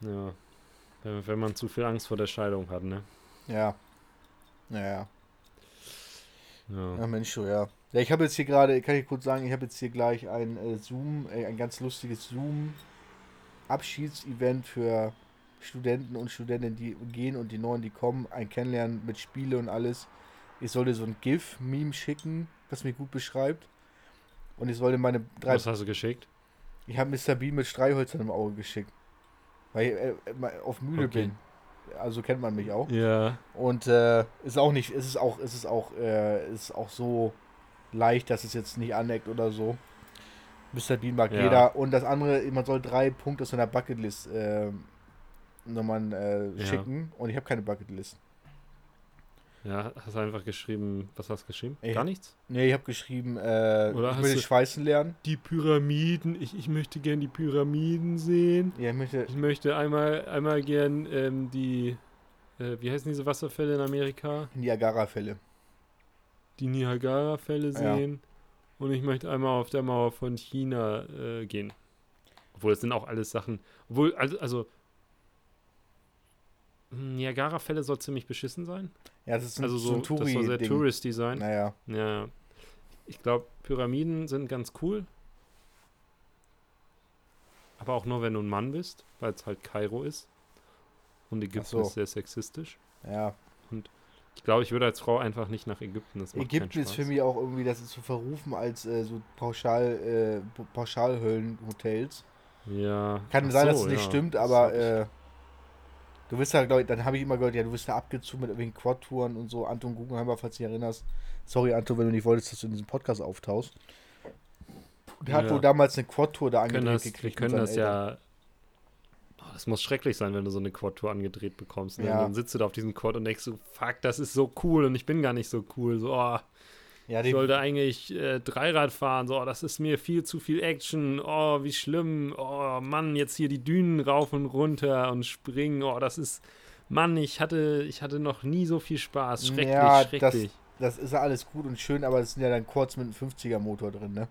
S2: ja wenn, wenn man zu viel Angst vor der Scheidung hat ne
S1: Ja. Naja.
S2: Ja.
S1: Ja, Mensch, so, ja. Ja, ich habe jetzt hier gerade, kann ich kurz sagen, ich habe jetzt hier gleich ein äh, Zoom, äh, ein ganz lustiges Zoom-Abschiedsevent für Studenten und Studentinnen, die gehen und die Neuen, die kommen, ein Kennenlernen mit Spiele und alles. Ich sollte so ein GIF-Meme schicken, was mich gut beschreibt. Und ich sollte meine drei.
S2: Was hast du geschickt?
S1: Ich habe Mr. Bean mit Streichhölzern im Auge geschickt. Weil ich äh, äh, mal auf müde
S2: Okay.
S1: bin. Also kennt man mich auch.
S2: Ja.
S1: Und äh, ist auch nicht, ist es auch, ist es auch, äh, ist auch so leicht, dass es jetzt nicht aneckt oder so. Mr. Bean mag
S2: Ja.
S1: jeder. Und das andere, man soll drei Punkte aus seiner Bucketlist äh, Nummern äh,
S2: Ja.
S1: schicken. Und ich habe keine Bucketlist.
S2: Ja, hast einfach geschrieben, was hast du geschrieben?
S1: Ey.
S2: Gar nichts?
S1: Nee, ich habe geschrieben, äh,
S2: Oder
S1: ich
S2: hast
S1: möchte
S2: du-
S1: schweißen lernen.
S2: Die Pyramiden, ich, ich möchte gern die Pyramiden sehen.
S1: Ja, ich möchte.
S2: Ich möchte einmal, einmal gern ähm, die, äh, wie heißen diese Wasserfälle in Amerika?
S1: Niagara-Fälle.
S2: Die Niagara-Fälle
S1: Ja.
S2: sehen. Und ich möchte einmal auf der Mauer von China äh, gehen. Obwohl, das sind auch alles Sachen. Obwohl, also, also Niagara-Fälle soll ziemlich beschissen sein.
S1: Ja, das ist ein,
S2: also so,
S1: so ein
S2: das soll sehr
S1: Touri-Ding.
S2: touristy sein.
S1: naja.
S2: Ja, ich glaube, Pyramiden sind ganz cool. Aber auch nur, wenn du ein Mann bist, weil es halt Kairo ist. Und Ägypten
S1: so.
S2: ist sehr sexistisch.
S1: Ja,
S2: Ich glaube, ich würde als Frau einfach nicht nach Ägypten. Das macht
S1: Ägypten
S2: keinen
S1: ist
S2: Spaß.
S1: für mich auch irgendwie, das ist zu verrufen als äh, so pauschal, äh, P- Pauschalhöllenhotels.
S2: Ja.
S1: Kann
S2: Ach
S1: sein,
S2: so,
S1: dass es nicht
S2: ja.
S1: stimmt,
S2: Das
S1: aber
S2: hab ich-
S1: äh, du wirst da, glaube ich, dann habe ich immer gehört, ja, du wirst da abgezogen mit irgendwelchen Quad-Touren und so. Anton Guggenheimer, falls du dich erinnerst. Sorry, Anton, wenn du nicht wolltest, dass du in diesem Podcast auftauchst. Der hat
S2: Ja.
S1: wohl damals eine Quad-Tour da
S2: wir können
S1: angedreht
S2: das, wir
S1: gekriegt. mit
S2: können
S1: seinen
S2: das
S1: Eltern.
S2: ja. Oh, das muss schrecklich sein, wenn du so eine Quad-Tour angedreht bekommst. Ne?
S1: Ja.
S2: Und dann sitzt du da auf diesem Quad und denkst so, fuck, das ist so cool und ich bin gar nicht so cool. So, oh,
S1: Ja,
S2: Ich
S1: die,
S2: sollte eigentlich äh, Dreirad fahren, so, oh, das ist mir viel zu viel Action, oh, wie schlimm, oh, Mann, jetzt hier die Dünen rauf und runter und springen, oh, das ist, Mann, ich hatte, ich hatte noch nie so viel Spaß, schrecklich,
S1: Ja, das-
S2: schrecklich.
S1: das ist ja alles gut und schön, aber das sind ja dann kurz mit einem 50er-Motor drin, ne?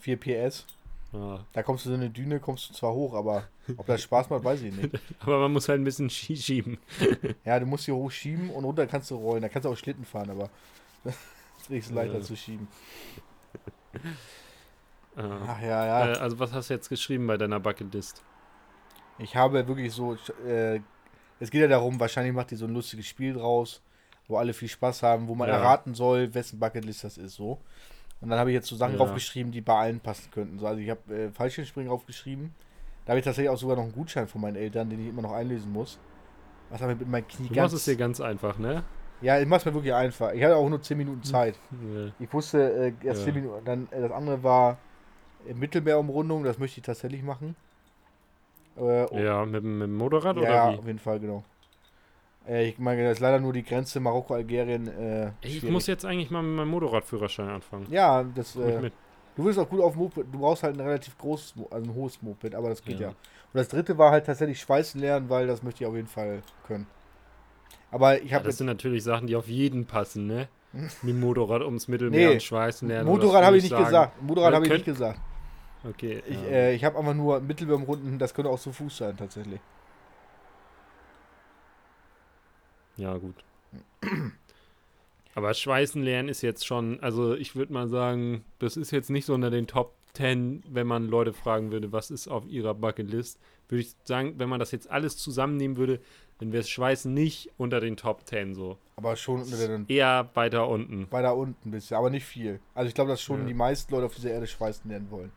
S1: 4 PS.
S2: Ja.
S1: Da kommst du so eine Düne, kommst du zwar hoch, aber ob das Spaß macht, weiß ich nicht.
S2: Aber man muss halt ein bisschen Ski schieben.
S1: Ja, du musst hier hochschieben und runter kannst du rollen. Da kannst du auch Schlitten fahren, aber ist nicht so leichter
S2: Ja.
S1: zu schieben.
S2: Ah.
S1: Ach ja,
S2: Äh,
S1: ja.
S2: also, was hast du jetzt geschrieben bei deiner Bucketlist?
S1: Ich habe wirklich so. Äh, es geht ja darum, wahrscheinlich macht ihr so ein lustiges Spiel draus, wo alle viel Spaß haben, wo man
S2: Ja.
S1: erraten soll, wessen Bucketlist das ist, so. Und dann habe ich jetzt so Sachen
S2: Ja.
S1: draufgeschrieben, die bei allen passen könnten. So, Also ich habe äh, Fallschirmspringen draufgeschrieben. Da habe ich tatsächlich auch sogar noch einen Gutschein von meinen Eltern, den ich immer noch einlösen muss. Was habe ich mit meinem Knie
S2: Du machst es dir ganz einfach, ne?
S1: Ja, ich mach's mir wirklich einfach. Ich hatte auch nur 10 Minuten Zeit.
S2: Ja.
S1: Ich wusste äh, erst 10
S2: Hm. Ja.
S1: Minuten, dann äh, das andere war äh, Mittelmeerumrundung, das möchte ich tatsächlich machen. Äh, oh,
S2: Ja, mit, mit dem Motorrad
S1: ja, ja,
S2: oder wie?
S1: auf jeden Fall, genau. Äh, ich meine, das ist leider nur die Grenze Marokko-Algerien. Äh,
S2: Ey, Ich
S1: schwierig.
S2: muss jetzt eigentlich mal mit meinem Motorradführerschein anfangen.
S1: Ja, das.
S2: Komm ich
S1: Äh,
S2: mit.
S1: du würdest auch gut auf Moped. Du brauchst halt ein relativ großes, Mo- also ein hohes Moped, aber das geht ja.
S2: Ja.
S1: Und das dritte war halt tatsächlich Schweißen lernen, weil das möchte ich auf jeden Fall können. Aber ich
S2: Ja,
S1: habe
S2: das sind natürlich Sachen, die auf jeden passen, ne? Mit dem Motorrad ums Mittelmeer
S1: Nee,
S2: und schweißen lernen. oder
S1: Motorrad
S2: was
S1: habe
S2: will
S1: ich nicht
S2: sagen?
S1: gesagt. Motorrad
S2: Ja,
S1: habe ich nicht
S2: könnt-
S1: gesagt.
S2: Okay.
S1: Ich,
S2: ja.
S1: äh, ich habe einfach nur Mittelmeerumrunden, das könnte auch zu Fuß sein, tatsächlich.
S2: ja, gut. Aber schweißen lernen ist jetzt schon, also ich würde mal sagen, das ist jetzt nicht so unter den Top 10, wenn man Leute fragen würde, was ist auf ihrer Bucketlist. Würde ich sagen, wenn man das jetzt alles zusammennehmen würde, dann wäre Schweißen nicht unter den Top 10 so.
S1: Aber schon unter den
S2: Eher weiter unten.
S1: weiter unten ein bisschen, aber nicht viel. Also ich glaube, dass schon
S2: Ja.
S1: die meisten Leute auf dieser Erde schweißen lernen wollen.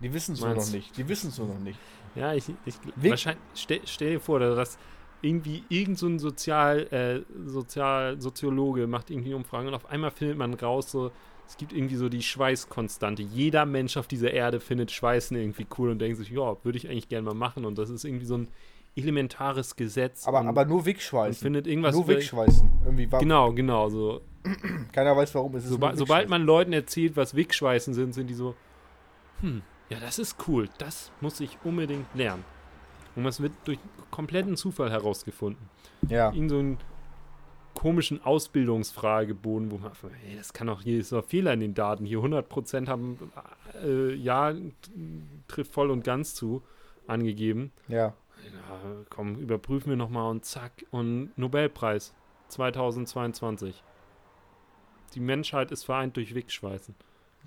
S1: Die wissen es nur noch
S2: Meinst du?
S1: nicht. Die wissen es nur noch nicht.
S2: Ja, ich, ich
S1: Wir-
S2: wahrscheinlich, stell, stell dir vor, dass irgendwie irgend so ein Sozial, äh, Sozial, Soziologe macht irgendwie Umfragen und auf einmal findet man raus, so, es gibt irgendwie so die Schweißkonstante. Jeder Mensch auf dieser Erde findet Schweißen irgendwie cool und denkt sich, ja, würde ich eigentlich gerne mal machen. Und das ist irgendwie so ein elementares Gesetz.
S1: Aber,
S2: und
S1: aber nur
S2: man
S1: wegschweißen.
S2: findet irgendwas.
S1: Nur
S2: über-
S1: wegschweißen. Irgendwie war,
S2: Genau, genau. So.
S1: Keiner weiß warum. Es ist
S2: Soba
S1: nur
S2: sobald
S1: Wegschweißen.
S2: man Leuten erzählt, was Wigschweißen sind, sind die so, hm, ja, das ist cool, das muss ich unbedingt lernen. Und das wird durch kompletten Zufall herausgefunden.
S1: Ja.
S2: Irgend so einen komischen Ausbildungsfrageboden, wo man, ey, das kann doch, hier ist doch Fehler in den Daten. Hier 100% haben, äh, ja, t- trifft voll und ganz zu, angegeben.
S1: Ja.
S2: Ja, komm, überprüfen wir nochmal und zack, und Nobelpreis 2022. die Menschheit ist vereint durch Wegschweißen.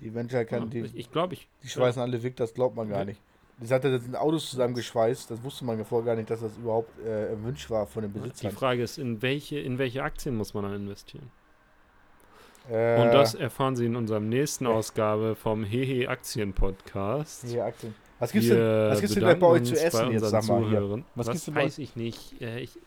S1: Die Menschheit kann, die,
S2: ich ich glaube, ich.
S1: die schweißen alle weg, das glaubt man gar
S2: Ja.
S1: nicht. Das hat er jetzt in Autos zusammengeschweißt, das wusste man ja vorher gar nicht, dass das überhaupt äh, erwünscht war von den
S2: Die
S1: Besitzern.
S2: Frage ist, in welche, in welche Aktien muss man da investieren?
S1: Äh,
S2: Und das erfahren Sie in unserem nächsten
S1: Ja.
S2: Ausgabe vom Hehe Aktien Podcast.
S1: Hier, Aktien. Was gibt's denn? was gibt's denn gleich bei euch zu essen jetzt, sag mal, hier? Was
S2: Was,
S1: gibt's denn bei-
S2: weiß ich nicht. Äh, ich,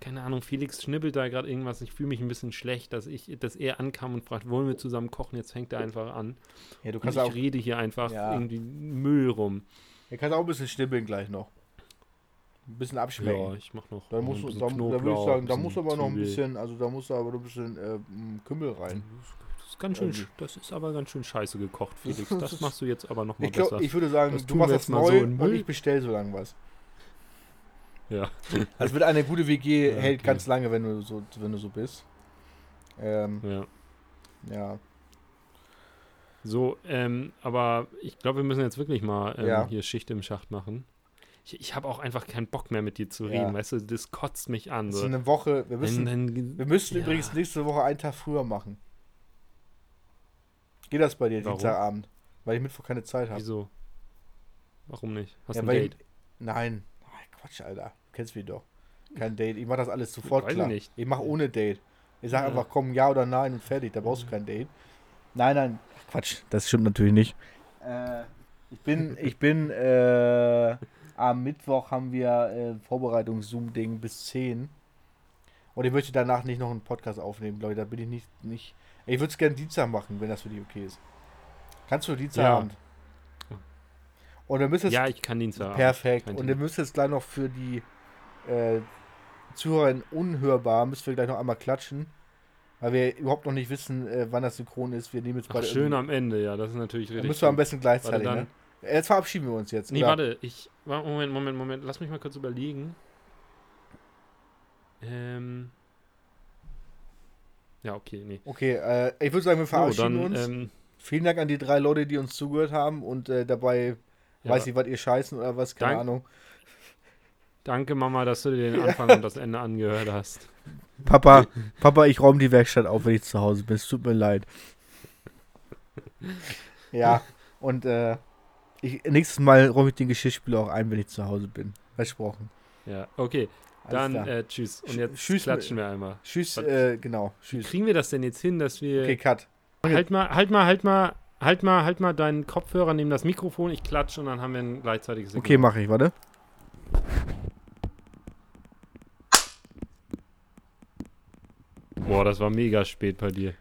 S2: keine Ahnung, Felix schnibbelt da gerade irgendwas. Ich fühle mich ein bisschen schlecht, dass ich, dass er ankam und fragt, wollen wir zusammen kochen? Jetzt fängt er einfach an.
S1: Ja, du
S2: Und
S1: kannst
S2: ich
S1: auch,
S2: rede hier einfach
S1: Ja.
S2: irgendwie Müll rum.
S1: du kannst auch ein bisschen schnibbeln gleich noch. Ein bisschen abschmecken.
S2: Ja, ich mach noch.
S1: Dann
S2: noch
S1: musst du,
S2: ein bisschen
S1: da, da würde ich
S2: Knoblauch,
S1: sagen, da
S2: bisschen
S1: muss aber noch ein
S2: Zwiebel.
S1: bisschen, also da muss aber noch ein bisschen äh, m, Kümmel rein.
S2: Das ist, ganz schön,
S1: Irgendwie.
S2: das ist aber ganz schön scheiße gekocht, Felix.
S1: Das
S2: Das
S1: ist-
S2: machst du jetzt aber nochmal
S1: Ich, glaub,
S2: besser.
S1: ich würde sagen,
S2: Das
S1: du
S2: tun wir
S1: machst das
S2: jetzt mal so
S1: neu
S2: in den
S1: und
S2: Müll.
S1: ich bestell so lange was.
S2: ja.
S1: Also wird eine gute WG
S2: Ja,
S1: hält
S2: okay.
S1: ganz lange, wenn du so, wenn du so bist. Ähm,
S2: ja.
S1: ja.
S2: So, ähm, aber ich glaube, wir müssen jetzt wirklich mal ähm,
S1: Ja.
S2: hier Schicht im Schacht machen. Ich, ich habe auch einfach keinen Bock mehr mit dir zu
S1: Ja.
S2: reden, weißt du, das kotzt mich an.
S1: Das ist
S2: So.
S1: eine Woche. Wir müssen,
S2: Dann- dann-
S1: wir müssen
S2: ja.
S1: übrigens nächste Woche einen Tag früher machen. Geht das bei dir
S2: Warum?
S1: Dienstagabend? Weil ich Mittwoch keine Zeit habe.
S2: Wieso? Warum nicht? Hast
S1: Ja,
S2: du ein
S1: weil-
S2: Date?
S1: Nein. Ach, Quatsch, Alter. Du kennst mich doch. Kein Date. Ich mache das alles sofort
S2: Weiß ich
S1: klar.
S2: nicht.
S1: Ich mache ohne Date. Ich sage
S2: Ja.
S1: einfach, komm, ja oder nein und fertig. Da brauchst du kein Date. Nein, nein. Ach, Quatsch, das stimmt natürlich nicht. Äh, ich bin, ich bin, äh, am Mittwoch haben wir äh, Vorbereitungs-Zoom-Ding bis 10. Und ich möchte danach nicht noch einen Podcast aufnehmen, Leute. Da bin ich nicht, nicht. Ich würde es gerne Dienstag machen, wenn das für dich okay ist. Kannst du Dienstagabend? Und wir müssen es
S2: Ja, ich kann Dienstag.
S1: Perfekt.
S2: kein
S1: Und
S2: Thema.
S1: ihr müsst jetzt gleich noch für die äh, Zuhörerinnen unhörbar, müssen wir gleich noch einmal klatschen, weil wir überhaupt noch nicht wissen, äh, wann das synchron ist. Wir nehmen jetzt
S2: Ach,
S1: beide.
S2: schön am Ende, ja, das ist natürlich
S1: Dann
S2: richtig.
S1: müssen wir am
S2: gut.
S1: besten gleichzeitig.
S2: Warte,
S1: ne? Jetzt verabschieden wir uns jetzt.
S2: Nee,
S1: oder?
S2: warte, ich. wa- Moment, Moment, Moment. Lass mich mal kurz überlegen. Ähm. Ja, okay, nee.
S1: Okay, äh, ich würde sagen, wir
S2: So,
S1: verabschieden
S2: dann.
S1: uns.
S2: Ähm,
S1: Vielen Dank an die drei Leute, die uns zugehört haben und äh, dabei
S2: ja,
S1: weiß ich, was ihr scheißen oder was, keine
S2: Dank.
S1: Ahnung.
S2: danke, Mama, dass du dir den Anfang und das Ende angehört hast.
S1: Papa, Papa, ich räume die Werkstatt auf, wenn ich zu Hause bin. Es tut mir leid. Ja, und äh, ich, nächstes Mal räume ich den Geschirrspüler auch ein, wenn ich zu Hause bin. Versprochen.
S2: Ja, okay.
S1: Alles
S2: Dann
S1: klar.
S2: äh, tschüss. Und
S1: Sch-
S2: jetzt
S1: tschüss,
S2: klatschen wir einmal.
S1: tschüss,
S2: was-
S1: äh, genau, tschüss.
S2: Kriegen äh, wir das denn jetzt hin, dass wir.
S1: Okay, Cut.
S2: Halt mal, halt mal, halt mal, halt mal, halt mal deinen Kopfhörer neben das Mikrofon, ich klatsche und dann haben wir ein gleichzeitiges Signal.
S1: Okay, mache ich, warte.
S2: Boah, das war mega spät bei dir.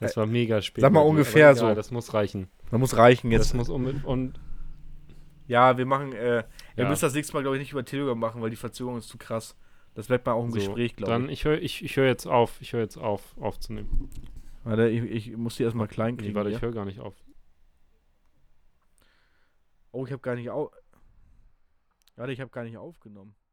S2: Das war mega spät.
S1: Äh, sag mal
S2: bei dir,
S1: ungefähr
S2: aber egal,
S1: so.
S2: Das muss reichen.
S1: Man muss reichen
S2: Das
S1: jetzt.
S2: muss um und
S1: Ja, wir machen, äh, wir
S2: Ja.
S1: müssen das nächste Mal, glaube ich, nicht über Telegram machen, weil die Verzögerung ist zu krass. Das merkt man auch im
S2: so.
S1: Gespräch, glaube
S2: Dann ich höre ich, ich hör jetzt auf, ich höre jetzt auf aufzunehmen.
S1: ich. Warte, ich, ich muss die erstmal klein kriegen.
S2: Nee, warte,
S1: hier.
S2: ich höre gar nicht auf.
S1: Oh, ich habe gar nicht auf. Warte, ich habe gar nicht aufgenommen.